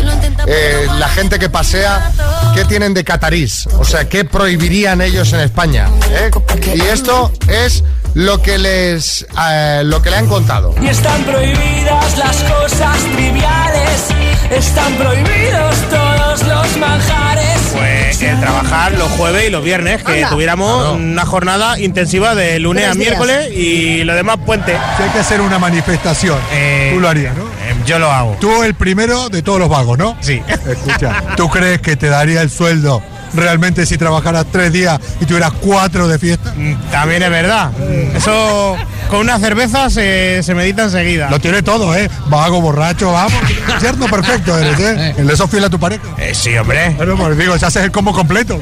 Speaker 2: eh, la gente que pasea qué tienen de catarís, o sea, qué prohibirían ellos en España. ¿eh? Y esto es lo que les eh, lo que le han contado.
Speaker 10: Y están prohibidas las cosas triviales, están prohibidos todos los manjares.
Speaker 11: Pues eh, trabajar los jueves y los viernes, que
Speaker 10: Anda.
Speaker 11: tuviéramos una jornada intensiva de lunes
Speaker 10: Tres
Speaker 11: a
Speaker 10: días.
Speaker 11: miércoles y lo demás puente. Eh. Si hay que hacer una manifestación,
Speaker 12: Tú lo harías, ¿no?
Speaker 11: yo lo hago.
Speaker 12: Tú el primero de todos los vagos, ¿no?
Speaker 11: Sí. [laughs]
Speaker 12: Escucha, ¿tú crees que te daría el sueldo realmente si trabajaras tres días y tuvieras cuatro de fiesta?
Speaker 11: Mm,
Speaker 12: Eh.
Speaker 11: También es verdad. Eso con una cerveza se, se medita enseguida.
Speaker 12: Lo tiene todo, ¿eh? Vago, borracho, vamos. Cierto, perfecto
Speaker 11: [laughs]
Speaker 12: eres, ¿eh? ¿Le sos fiel a tu pareja?
Speaker 11: Eh, sí, hombre.
Speaker 12: Bueno, pues digo, ya haces el combo completo.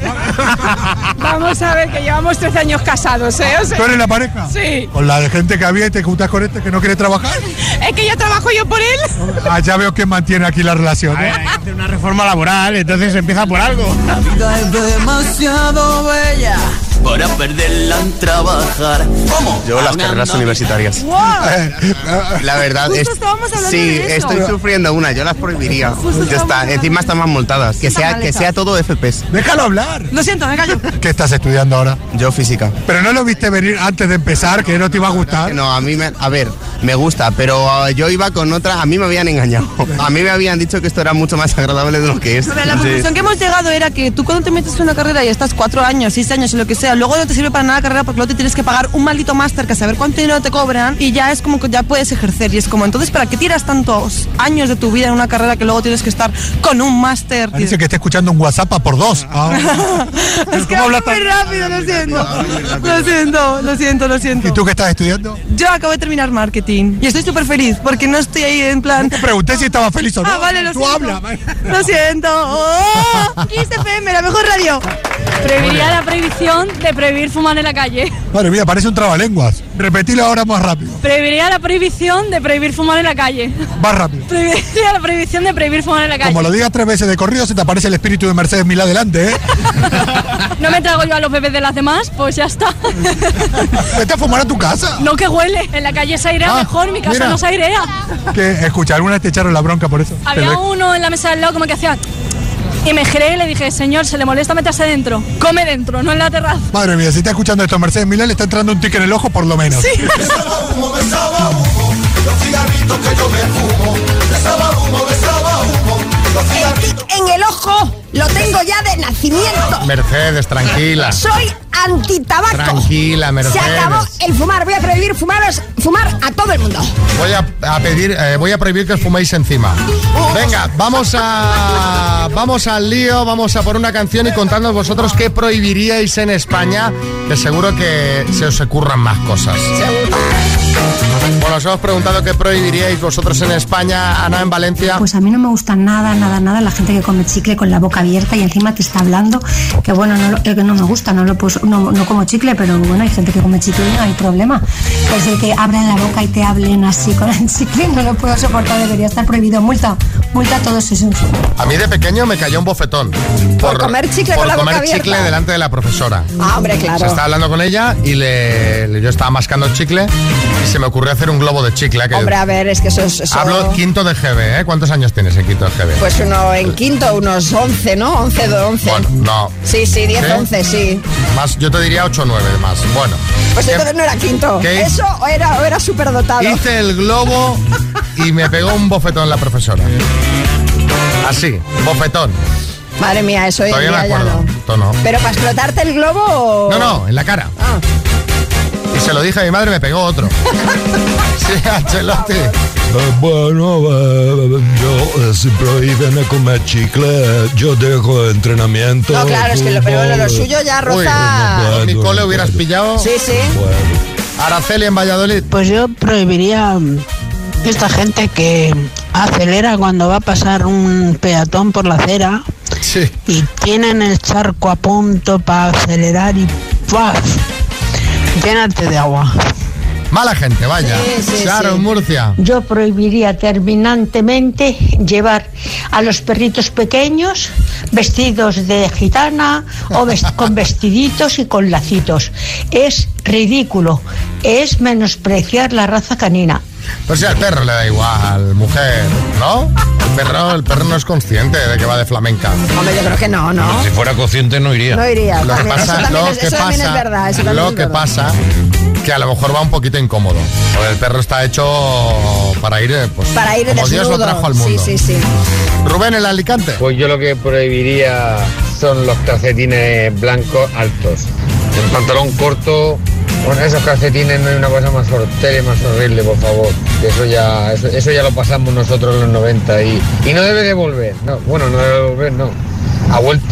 Speaker 26: Vamos a ver, que llevamos 13 años casados, ¿eh? O sea-
Speaker 12: ¿Tú eres la pareja?
Speaker 26: Sí.
Speaker 12: Con la de gente que había y te juntas con este que no quiere trabajar.
Speaker 26: Es que yo trabajo yo por él.
Speaker 12: Ah, ya veo quién mantiene aquí la relación, ¿eh?
Speaker 11: Una reforma laboral, entonces empieza por algo.
Speaker 10: La vida es demasiado bella para perderla en trabajar. ¿Cómo?
Speaker 27: Yo las carreras universitarias. [laughs] La verdad
Speaker 10: Justo
Speaker 27: es.
Speaker 10: estábamos hablando
Speaker 27: sí,
Speaker 10: de eso.
Speaker 27: estoy sufriendo una, yo las prohibiría. Ya está, encima están más multadas. Que sea, que sea todo FPS.
Speaker 12: Déjalo hablar.
Speaker 26: Lo siento, me callo.
Speaker 12: ¿Qué estás estudiando ahora?
Speaker 27: Yo física.
Speaker 12: Pero no lo viste venir antes de empezar, que no te iba a gustar.
Speaker 27: No, a mí me, a ver, me gusta, pero ah, yo iba con otra, a mí me habían engañado. [laughs] A mí me habían dicho que esto era mucho más agradable de lo que es.
Speaker 26: A ver, la conclusión que hemos llegado era que tú cuando te metes en una carrera y estás cuatro años, seis años, en lo que sea, luego no te sirve para nada la carrera porque luego te tienes que pagar un maldito máster que a saber cuánto dinero te cobran y ya es como que ya puedes ejercer y es como, entonces, ¿para qué tiras tantos años de tu vida en una carrera que luego tienes que estar con un máster?
Speaker 12: Dice que está escuchando un WhatsApp a por dos. Ah.
Speaker 26: [laughs] Es que hablo muy rápido, lo siento. Lo siento, lo siento, lo siento.
Speaker 12: ¿Y tú qué estás estudiando?
Speaker 26: Yo acabo de terminar marketing y estoy súper feliz porque no estoy ahí en plan. Te
Speaker 12: pregunté si estaba feliz o no.
Speaker 26: Ah, vale, lo
Speaker 12: Tú
Speaker 26: siento.
Speaker 12: habla,
Speaker 26: Lo siento. ¡Oh! Kiss FM, la mejor radio.
Speaker 27: Prohibiría la prohibición de prohibir fumar en la calle.
Speaker 12: Madre mía, parece un trabalenguas. Repetilo ahora más rápido.
Speaker 27: Prohibiría la prohibición de prohibir fumar en la calle.
Speaker 12: Más rápido.
Speaker 27: Prohibiría la prohibición de prohibir fumar en la calle.
Speaker 12: Como lo digas tres veces de corrido, se te aparece el espíritu de Mercedes Milá delante, ¿eh?
Speaker 27: No me trago yo a los bebés de las demás, pues ya está.
Speaker 12: Vete a fumar a tu casa.
Speaker 27: No que huele. En la calle se airea
Speaker 12: Ah,
Speaker 27: mejor, mi casa
Speaker 12: mira.
Speaker 27: no se airea.
Speaker 12: Que, escucha, ¿alguna vez te echaron la bronca por eso? Te
Speaker 27: Había
Speaker 12: lo-
Speaker 27: uno en la mesa del lado como que hacía... Y me giré y le dije, señor, se le molesta meterse dentro. Come dentro, no en la terraza.
Speaker 12: Madre mía, si está escuchando esto Mercedes Milá, le está entrando un tique en el ojo por lo menos.
Speaker 27: Sí.
Speaker 3: El tic en el ojo lo tengo ya de nacimiento.
Speaker 2: Mercedes, tranquila.
Speaker 3: Soy antitabaco.
Speaker 2: Tranquila, Mercedes.
Speaker 3: Se acabó el fumar. Voy a prohibir fumaros, fumar a todo el mundo.
Speaker 2: Voy a, a pedir, eh, voy a prohibir que os fuméis encima. Venga, vamos a, vamos al lío, vamos a por una canción y contadnos vosotros qué prohibiríais en España, que seguro que se os ocurran más cosas.
Speaker 3: Seguro.
Speaker 2: Bueno, os hemos preguntado qué prohibiríais vosotros en España, Ana, en Valencia.
Speaker 6: Pues a mí no me gusta nada, nada, nada la gente que come chicle con la boca abierta y encima te está hablando. Que bueno, no, lo- eh, que no me gusta, no, lo pus- no, no como chicle, pero bueno, hay gente que come chicle y no hay problema. Es el que abran la boca y te hablen así con el chicle, no lo puedo soportar, debería estar prohibido. Multa, multa a todos esos.
Speaker 2: A mí de pequeño me cayó un bofetón. Por,
Speaker 6: comer chicle
Speaker 2: por
Speaker 6: con la boca
Speaker 2: comer
Speaker 6: abierta.
Speaker 2: chicle delante de la profesora.
Speaker 6: Ah, hombre, claro.
Speaker 2: Se estaba hablando con ella y le, le- yo estaba mascando el chicle y se me ocurrió hacer un globo de chicle. que-
Speaker 3: Hombre, a ver, es que eso es. eso-
Speaker 2: Hablo quinto de GB, ¿eh? ¿Cuántos años tienes en quinto de GB?
Speaker 3: Pues uno en quinto, unos 11, ¿no? 11, do- 11.
Speaker 2: Bueno, no.
Speaker 3: Sí, sí, 10,
Speaker 2: ¿Sí?
Speaker 3: 11, sí.
Speaker 2: Más, yo te diría 8 o 9 más. Bueno.
Speaker 3: Pues
Speaker 2: ¿Qué-
Speaker 3: entonces no era quinto.
Speaker 2: ¿Qué?
Speaker 3: Eso o era, o era superdotado.
Speaker 2: Hice el globo y me pegó un bofetón la profesora. Así, bofetón.
Speaker 3: Madre mía, eso hoy en
Speaker 2: Todavía me
Speaker 3: día ya
Speaker 2: acuerdo.
Speaker 3: no.
Speaker 2: Esto no.
Speaker 3: Pero para explotarte el globo o-
Speaker 2: No, no, en la cara.
Speaker 3: Ah.
Speaker 2: Y se lo dije a mi madre, me pegó
Speaker 3: [laughs]
Speaker 2: otro. sí, Ancelotti.
Speaker 16: Eh, Bueno, eh, yo eh, si prohíben comer chicle, yo dejo entrenamiento.
Speaker 3: No, claro, es que lo, pero bueno, lo
Speaker 16: fútbol.
Speaker 3: suyo ya
Speaker 16: Uy, no
Speaker 3: roza.
Speaker 16: puedo,
Speaker 2: mi cole
Speaker 16: no
Speaker 2: hubieras
Speaker 16: puedo.
Speaker 2: pillado.
Speaker 3: Sí, sí.
Speaker 2: Araceli en Valladolid.
Speaker 17: Pues yo prohibiría mm, esta gente que acelera cuando va a pasar un peatón por la acera y tienen el charco a punto para acelerar y ¡paf! Llénate de agua.
Speaker 2: Mala gente, vaya. Claro, en Murcia.
Speaker 16: Yo prohibiría terminantemente llevar a los perritos pequeños vestidos de gitana o vest- con vestiditos y con lacitos. Es ridículo, es menospreciar la raza canina.
Speaker 2: Pero si al perro le da igual, mujer, ¿no? El perro, el perro no es consciente de que va de flamenca.
Speaker 3: Hombre, yo creo que no, ¿no?
Speaker 8: Si fuera consciente no iría.
Speaker 3: Ah. No iría.
Speaker 2: Lo que
Speaker 3: también. eso
Speaker 2: pasa,
Speaker 3: también,
Speaker 2: lo
Speaker 3: es,
Speaker 2: que
Speaker 3: eso también es verdad. Eso
Speaker 2: pasa,
Speaker 3: también
Speaker 2: lo
Speaker 3: es
Speaker 2: que
Speaker 3: verdad.
Speaker 2: pasa, que a lo mejor va un poquito incómodo. Porque El perro está hecho para ir, eh, pues,
Speaker 3: Para ir
Speaker 2: como
Speaker 3: desnudo.
Speaker 2: Dios lo trajo al mundo.
Speaker 3: Sí, sí, sí.
Speaker 2: Rubén, el Alicante.
Speaker 28: Pues yo lo que prohibiría son los calcetines blancos altos. El pantalón corto, con esos calcetines no hay una cosa más hortera y más horrible, por favor. Que Eso ya, eso, eso ya lo pasamos nosotros en los 90 y, y no debe de volver. No, bueno, no debe de volver, no. Ha vuelto,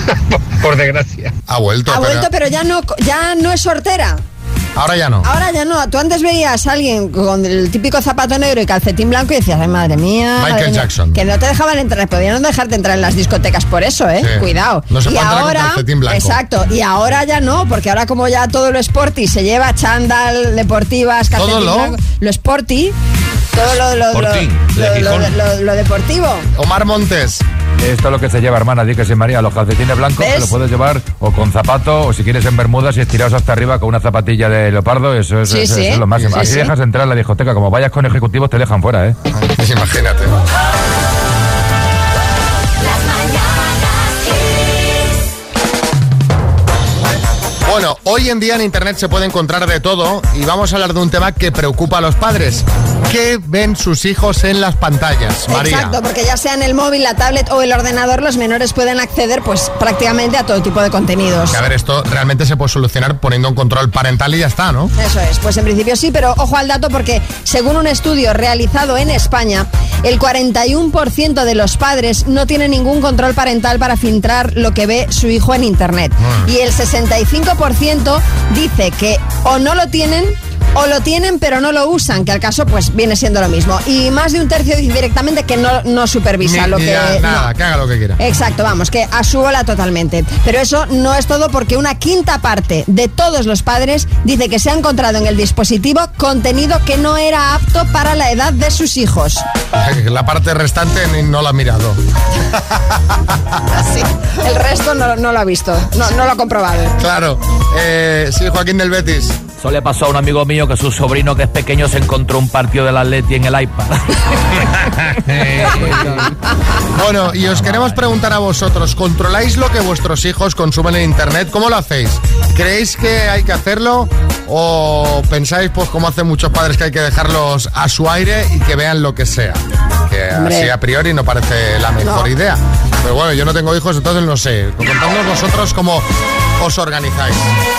Speaker 28: [laughs] por, por desgracia.
Speaker 2: Ha vuelto,
Speaker 3: Ha vuelto, pero ya no, ya no es sortera.
Speaker 2: ahora ya no.
Speaker 3: Ahora ya no. Tú antes veías a alguien con el típico zapato negro y calcetín blanco y decías, ay, madre mía.
Speaker 2: Michael
Speaker 3: madre mía".
Speaker 2: Jackson.
Speaker 3: Que no te dejaban entrar, podían no dejarte entrar en las discotecas por eso, ¿eh?
Speaker 2: Sí.
Speaker 3: Cuidado.
Speaker 2: No se
Speaker 3: y
Speaker 2: puede entrar con
Speaker 3: ahora,
Speaker 2: calcetín blanco.
Speaker 3: exacto. Y ahora ya no, porque ahora como ya todo lo sporty se lleva chándal, deportivas, calcetín
Speaker 2: ¿Todo lo?
Speaker 3: blanco, lo sporty, todo lo, lo- lo-
Speaker 28: Sporting,
Speaker 3: lo-
Speaker 28: de
Speaker 3: lo-
Speaker 28: Gijón.
Speaker 3: lo- lo deportivo.
Speaker 2: Omar Montes.
Speaker 28: Esto es lo que se lleva, hermana, di que se María. Los calcetines blancos
Speaker 3: ¿Ves?
Speaker 28: te los puedes llevar o con zapato o si quieres en bermudas y estirados hasta arriba con una zapatilla de leopardo. Eso, es-
Speaker 3: Sí,
Speaker 28: eso-
Speaker 3: sí.
Speaker 28: eso es lo máximo.
Speaker 3: Sí,
Speaker 28: Así
Speaker 3: sí.
Speaker 28: dejas entrar a la discoteca. Como vayas con ejecutivos te dejan fuera, ¿eh?
Speaker 2: Pues Imagínate. Bueno, hoy en día en Internet se puede encontrar de todo y vamos a hablar de un tema que preocupa a los padres. ¿Qué ven sus hijos en las pantallas, María?
Speaker 3: Exacto, porque ya sea en el móvil, la tablet o el ordenador, los menores pueden acceder pues prácticamente a todo tipo de contenidos.
Speaker 2: Que a ver, esto realmente se puede solucionar poniendo un control parental y ya está, ¿no?
Speaker 3: Eso es, pues en principio sí, pero ojo al dato porque según un estudio realizado en España, el 41% de los padres no tiene ningún control parental para filtrar lo que ve su hijo en Internet.
Speaker 29: Mm.
Speaker 3: Y el 65% dice que o no lo tienen... O lo tienen pero no lo usan, que al caso pues viene siendo lo mismo. Y más de un tercio dice directamente que no, no supervisa
Speaker 2: Ni-
Speaker 3: lo
Speaker 2: ni
Speaker 3: que...
Speaker 2: da-
Speaker 3: no.
Speaker 2: nada, que haga lo que quiera.
Speaker 3: Exacto, vamos, que a su bola totalmente. Pero eso no es todo porque una quinta parte de todos los padres dice que se ha encontrado en el dispositivo contenido que no era apto para la edad de sus hijos.
Speaker 2: [laughs] La parte restante ni- no la ha
Speaker 3: [laughs]
Speaker 2: mirado.
Speaker 3: Así. El resto no, no lo ha visto, no, no lo ha comprobado.
Speaker 2: Claro. Eh, sí, Joaquín del Betis.
Speaker 9: Eso le pasó a un amigo mío que su sobrino que es pequeño se encontró un partido del Atleti en el iPad.
Speaker 2: Eh, [laughs] Bueno, y os queremos preguntar a vosotros, ¿controláis lo que vuestros hijos consumen en Internet? ¿Cómo lo hacéis? ¿Creéis que hay que hacerlo? ¿O pensáis, pues como hacen muchos padres, que hay que dejarlos a su aire y que vean lo que sea? Que
Speaker 30: Hombre.
Speaker 2: así a priori no parece la mejor
Speaker 30: No.
Speaker 2: idea. Pero bueno, yo no tengo hijos, entonces no sé. Contadnos vosotros cómo os organizáis.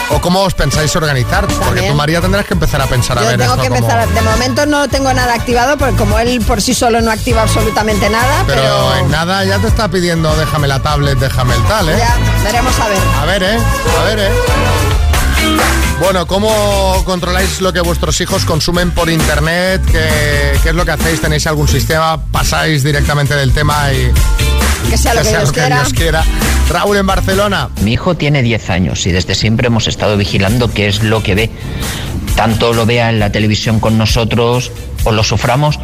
Speaker 2: O cómo os pensáis organizar. Porque tú, María, tendrás que empezar a pensar a
Speaker 3: Yo
Speaker 2: ver
Speaker 3: tengo
Speaker 2: esto
Speaker 3: que
Speaker 2: cómo-
Speaker 3: empezar, de momento no tengo nada activado porque como él por sí solo no activa absolutamente nada,
Speaker 2: Pero, en nada ya te está pidiendo déjame la tablet, déjame el tal, ¿eh?
Speaker 3: Ya, veremos a ver.
Speaker 2: A ver, ¿eh? A ver, ¿eh? Bueno, ¿cómo controláis lo que vuestros hijos consumen por internet? ¿Qué, qué es lo que hacéis? ¿Tenéis algún sistema? ¿Pasáis directamente del tema y
Speaker 3: Que sea lo que Dios quiera.
Speaker 2: quiera? Raúl en Barcelona.
Speaker 31: Mi hijo tiene 10 años y desde siempre hemos estado vigilando qué es lo que ve. Tanto lo vea en la televisión con nosotros o lo suframos,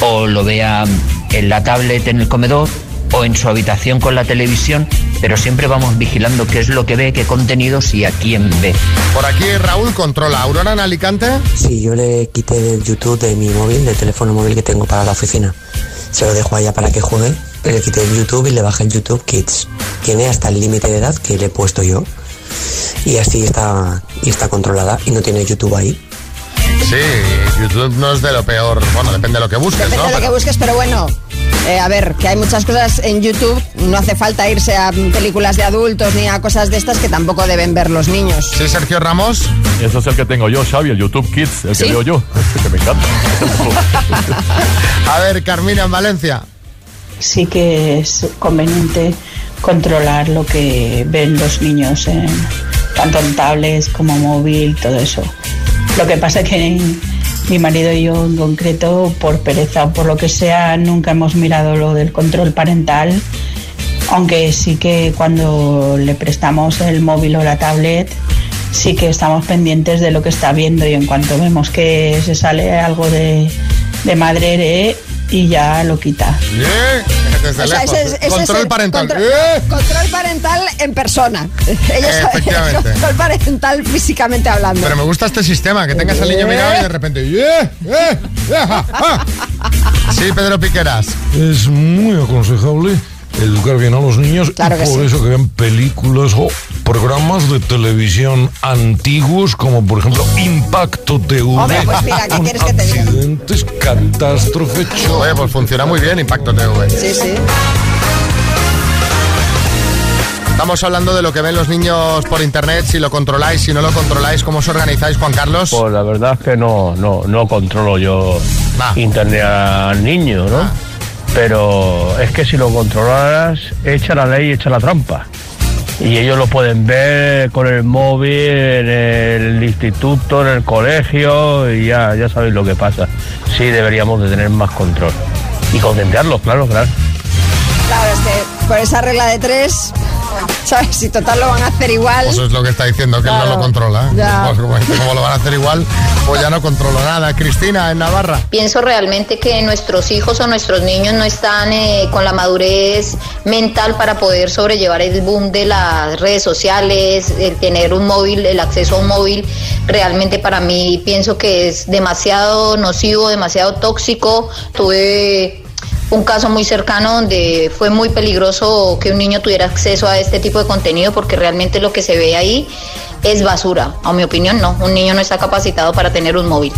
Speaker 31: o lo vea en la tablet en el comedor o en su habitación con la televisión, pero siempre vamos vigilando qué es lo que ve, qué contenidos y a quién ve.
Speaker 2: Por aquí Raúl controla. ¿Aurora en Alicante?
Speaker 4: Sí, yo le quité del YouTube de mi móvil, del teléfono móvil que tengo para la oficina. Se lo dejo allá para que juegue. Le quité el YouTube y le bajé el YouTube Kids. Tiene hasta el límite de edad que le he puesto yo. Y así está, y está controlada y no tiene YouTube ahí.
Speaker 2: Sí, YouTube no es de lo peor. Bueno, depende de lo que busques,
Speaker 3: Depende
Speaker 2: ¿no?
Speaker 3: de lo que
Speaker 2: Pero-
Speaker 3: busques, pero bueno. eh, a ver, que hay muchas cosas en YouTube, no hace falta irse a mm, películas de adultos ni a cosas de estas que tampoco deben ver los niños.
Speaker 2: Sí, Sergio Ramos.
Speaker 15: Eso es el que tengo yo, Xavi, el YouTube Kids, el
Speaker 3: Sí.
Speaker 15: que veo yo, que me encanta.
Speaker 2: A ver, Carmina en Valencia.
Speaker 25: Sí que es conveniente controlar lo que ven los niños, en, tanto en tablets como móvil, todo eso. Lo que pasa que mi marido y yo en concreto, por pereza o por lo que sea, nunca hemos mirado lo del control parental, aunque sí que cuando le prestamos el móvil o la tablet, sí que estamos pendientes de lo que está viendo y en cuanto vemos que se sale algo de, de madre, y ya lo quita.
Speaker 2: Eh, desde
Speaker 3: O sea,
Speaker 2: lejos.
Speaker 3: ese es- ese es
Speaker 2: Control
Speaker 3: el-
Speaker 2: parental.
Speaker 3: contro-
Speaker 2: Eh.
Speaker 3: Control parental en persona. [laughs] Ellos
Speaker 2: Efectivamente.
Speaker 3: [laughs] control parental físicamente hablando.
Speaker 2: Pero me gusta este sistema, que tengas al niño mirado y de repente... "Eh, eh, eh, ah, ah". Sí, Pedro Piqueras.
Speaker 6: Es muy aconsejable educar bien a los niños
Speaker 2: Claro
Speaker 6: y
Speaker 2: que
Speaker 6: por
Speaker 2: sí.
Speaker 6: eso que vean películas o programas de televisión antiguos como por ejemplo Impacto TV.
Speaker 2: Hombre, pues mira, ¿qué
Speaker 6: con
Speaker 2: quieres que te diga?
Speaker 6: Accidentes, catástrofe,
Speaker 2: Oye, pues funciona muy bien Impacto TV.
Speaker 3: Sí, sí.
Speaker 2: Estamos hablando de lo que ven los niños por internet, si lo controláis, si no lo controláis, cómo os organizáis, Juan Carlos.
Speaker 21: Pues la verdad es que no, no, no controlo yo internet al niño, ¿no?
Speaker 2: Ah.
Speaker 21: Pero es que si lo controlaras, echa la ley, echa la trampa. Y ellos lo pueden ver con el móvil, en el instituto, en el colegio, y ya, ya sabéis lo que pasa. Sí, deberíamos de tener más control. Y concentrarlos, claro, claro.
Speaker 3: Claro, es que por esa regla de tres, ¿sabes? Si total lo van a hacer igual.
Speaker 2: Eso Pues es lo que está diciendo, que él no
Speaker 3: Claro.
Speaker 2: lo controla.
Speaker 3: Ya.
Speaker 2: Pues como, como lo van a hacer igual, pues ya no controlo nada. Cristina, en Navarra.
Speaker 30: Pienso realmente que nuestros hijos o nuestros niños no están eh, con la madurez mental para poder sobrellevar el boom de las redes sociales, el tener un móvil, el acceso a un móvil. Realmente para mí pienso que es demasiado nocivo, demasiado tóxico. Tuve un caso muy cercano donde fue muy peligroso que un niño tuviera acceso a este tipo de contenido porque realmente lo que se ve ahí es basura. A mi opinión, no. Un niño no está capacitado para tener un móvil.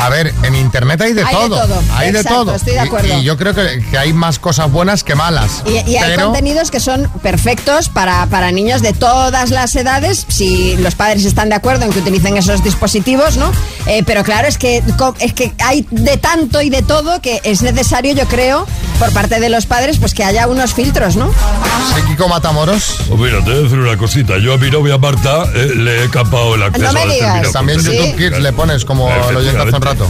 Speaker 2: A ver, en internet hay de
Speaker 30: Hay de
Speaker 2: todo.
Speaker 30: todo.
Speaker 2: Hay de
Speaker 30: Exacto,
Speaker 2: todo.
Speaker 30: estoy de
Speaker 2: Y-
Speaker 30: acuerdo.
Speaker 2: Y, yo creo que, que hay más cosas buenas que malas.
Speaker 3: Y, y hay
Speaker 2: Pero-
Speaker 3: contenidos que son perfectos para, para niños de todas las edades, si los padres están de acuerdo en que utilicen esos dispositivos, ¿no? Eh, pero claro, es que, co- es que hay de tanto y de todo que es necesario, yo creo, por parte de los padres, pues que haya unos filtros, ¿no?
Speaker 2: Sí, Kiko Matamoros.
Speaker 6: Pues mira, te voy a decir una cosita. Yo a mi novia Marta eh, le he capado el acceso. este
Speaker 2: me
Speaker 6: al
Speaker 2: digas.
Speaker 6: término
Speaker 2: También
Speaker 6: completo.
Speaker 2: YouTube Kids le pones, como el oyente hace un rato.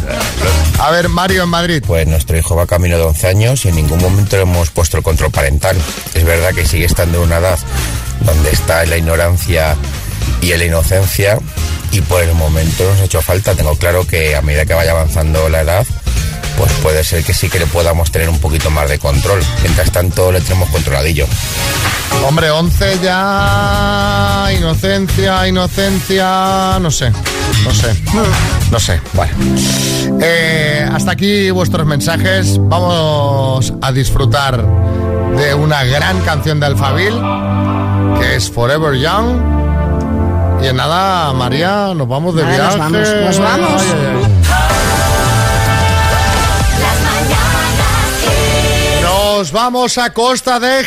Speaker 2: A ver, Mario en Madrid.
Speaker 13: Pues nuestro hijo va camino de 11 años y en ningún momento le hemos puesto el control parental. Es verdad que sigue estando en una edad donde está la ignorancia y en la inocencia y por el momento nos ha hecho falta. Tengo claro que a medida que vaya avanzando la edad, pues puede ser que sí que le podamos tener un poquito más de control. Mientras tanto le tenemos controladillo.
Speaker 2: Hombre, 11 ya. Inocencia, inocencia. No sé. No sé. No sé. Vale. Eh, hasta aquí vuestros mensajes. Vamos a disfrutar de una gran canción de Alfabil, que es Forever Young. Y en nada, María, nos vamos de
Speaker 3: Ahora
Speaker 2: viaje.
Speaker 3: nos vamos, nos vamos.
Speaker 2: Ay, ay, ay. Nos vamos a Costa de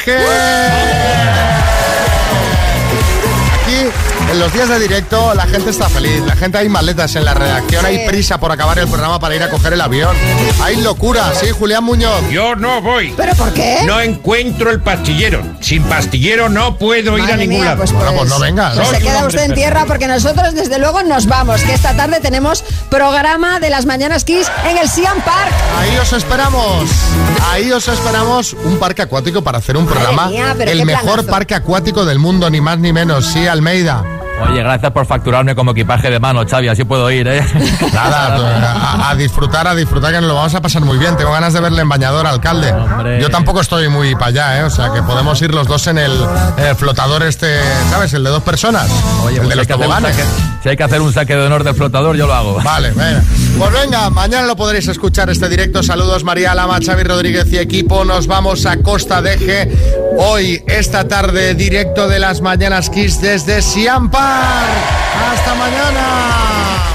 Speaker 2: Aquí, en los días de directo, la gente está feliz. La gente hay maletas en la redacción, hay prisa por acabar el programa para ir a coger el avión. Hay locura, sí, Julián Muñoz.
Speaker 7: Yo no voy.
Speaker 3: ¿Pero por qué?
Speaker 7: No encuentro el pastillero. Sin pastillero no puedo ir a
Speaker 3: Madre
Speaker 7: ningún
Speaker 3: mía,
Speaker 7: lado.
Speaker 3: pues
Speaker 7: Bueno, pues no venga.
Speaker 3: Pues se queda usted en tierra porque nosotros desde luego nos vamos, que esta tarde tenemos programa de las Mañanas Kiss en el Siam Park.
Speaker 2: Ahí os esperamos. Ahí os esperamos un parque acuático para hacer un programa.
Speaker 3: mía, pero
Speaker 2: el
Speaker 3: qué
Speaker 2: mejor
Speaker 3: planazo.
Speaker 2: parque acuático del mundo, ni más ni menos. Sí, Almeida.
Speaker 15: Oye, gracias por facturarme como equipaje de mano, Xavi, así puedo ir, ¿eh? [laughs]
Speaker 2: Nada, a, a disfrutar, a disfrutar, que nos lo vamos a pasar muy bien. Tengo ganas de verle en bañador, alcalde. Yo tampoco estoy muy para allá, ¿eh? O sea, que podemos ir los dos en el eh, flotador este, ¿sabes? El de dos personas.
Speaker 15: Oye,
Speaker 2: el
Speaker 15: pues si
Speaker 2: de
Speaker 15: hay
Speaker 2: los
Speaker 15: que hacer un
Speaker 2: toboganes.
Speaker 15: saque- Si hay que hacer un saque de honor del flotador, yo lo hago.
Speaker 2: Vale, venga. Pues venga, mañana lo podréis escuchar este directo. Saludos María Lama, Xavi Rodríguez y equipo. Nos vamos a Costa de G. Hoy, esta tarde, directo de las Mañanas Kiss desde Siam Park. ¡Hasta mañana!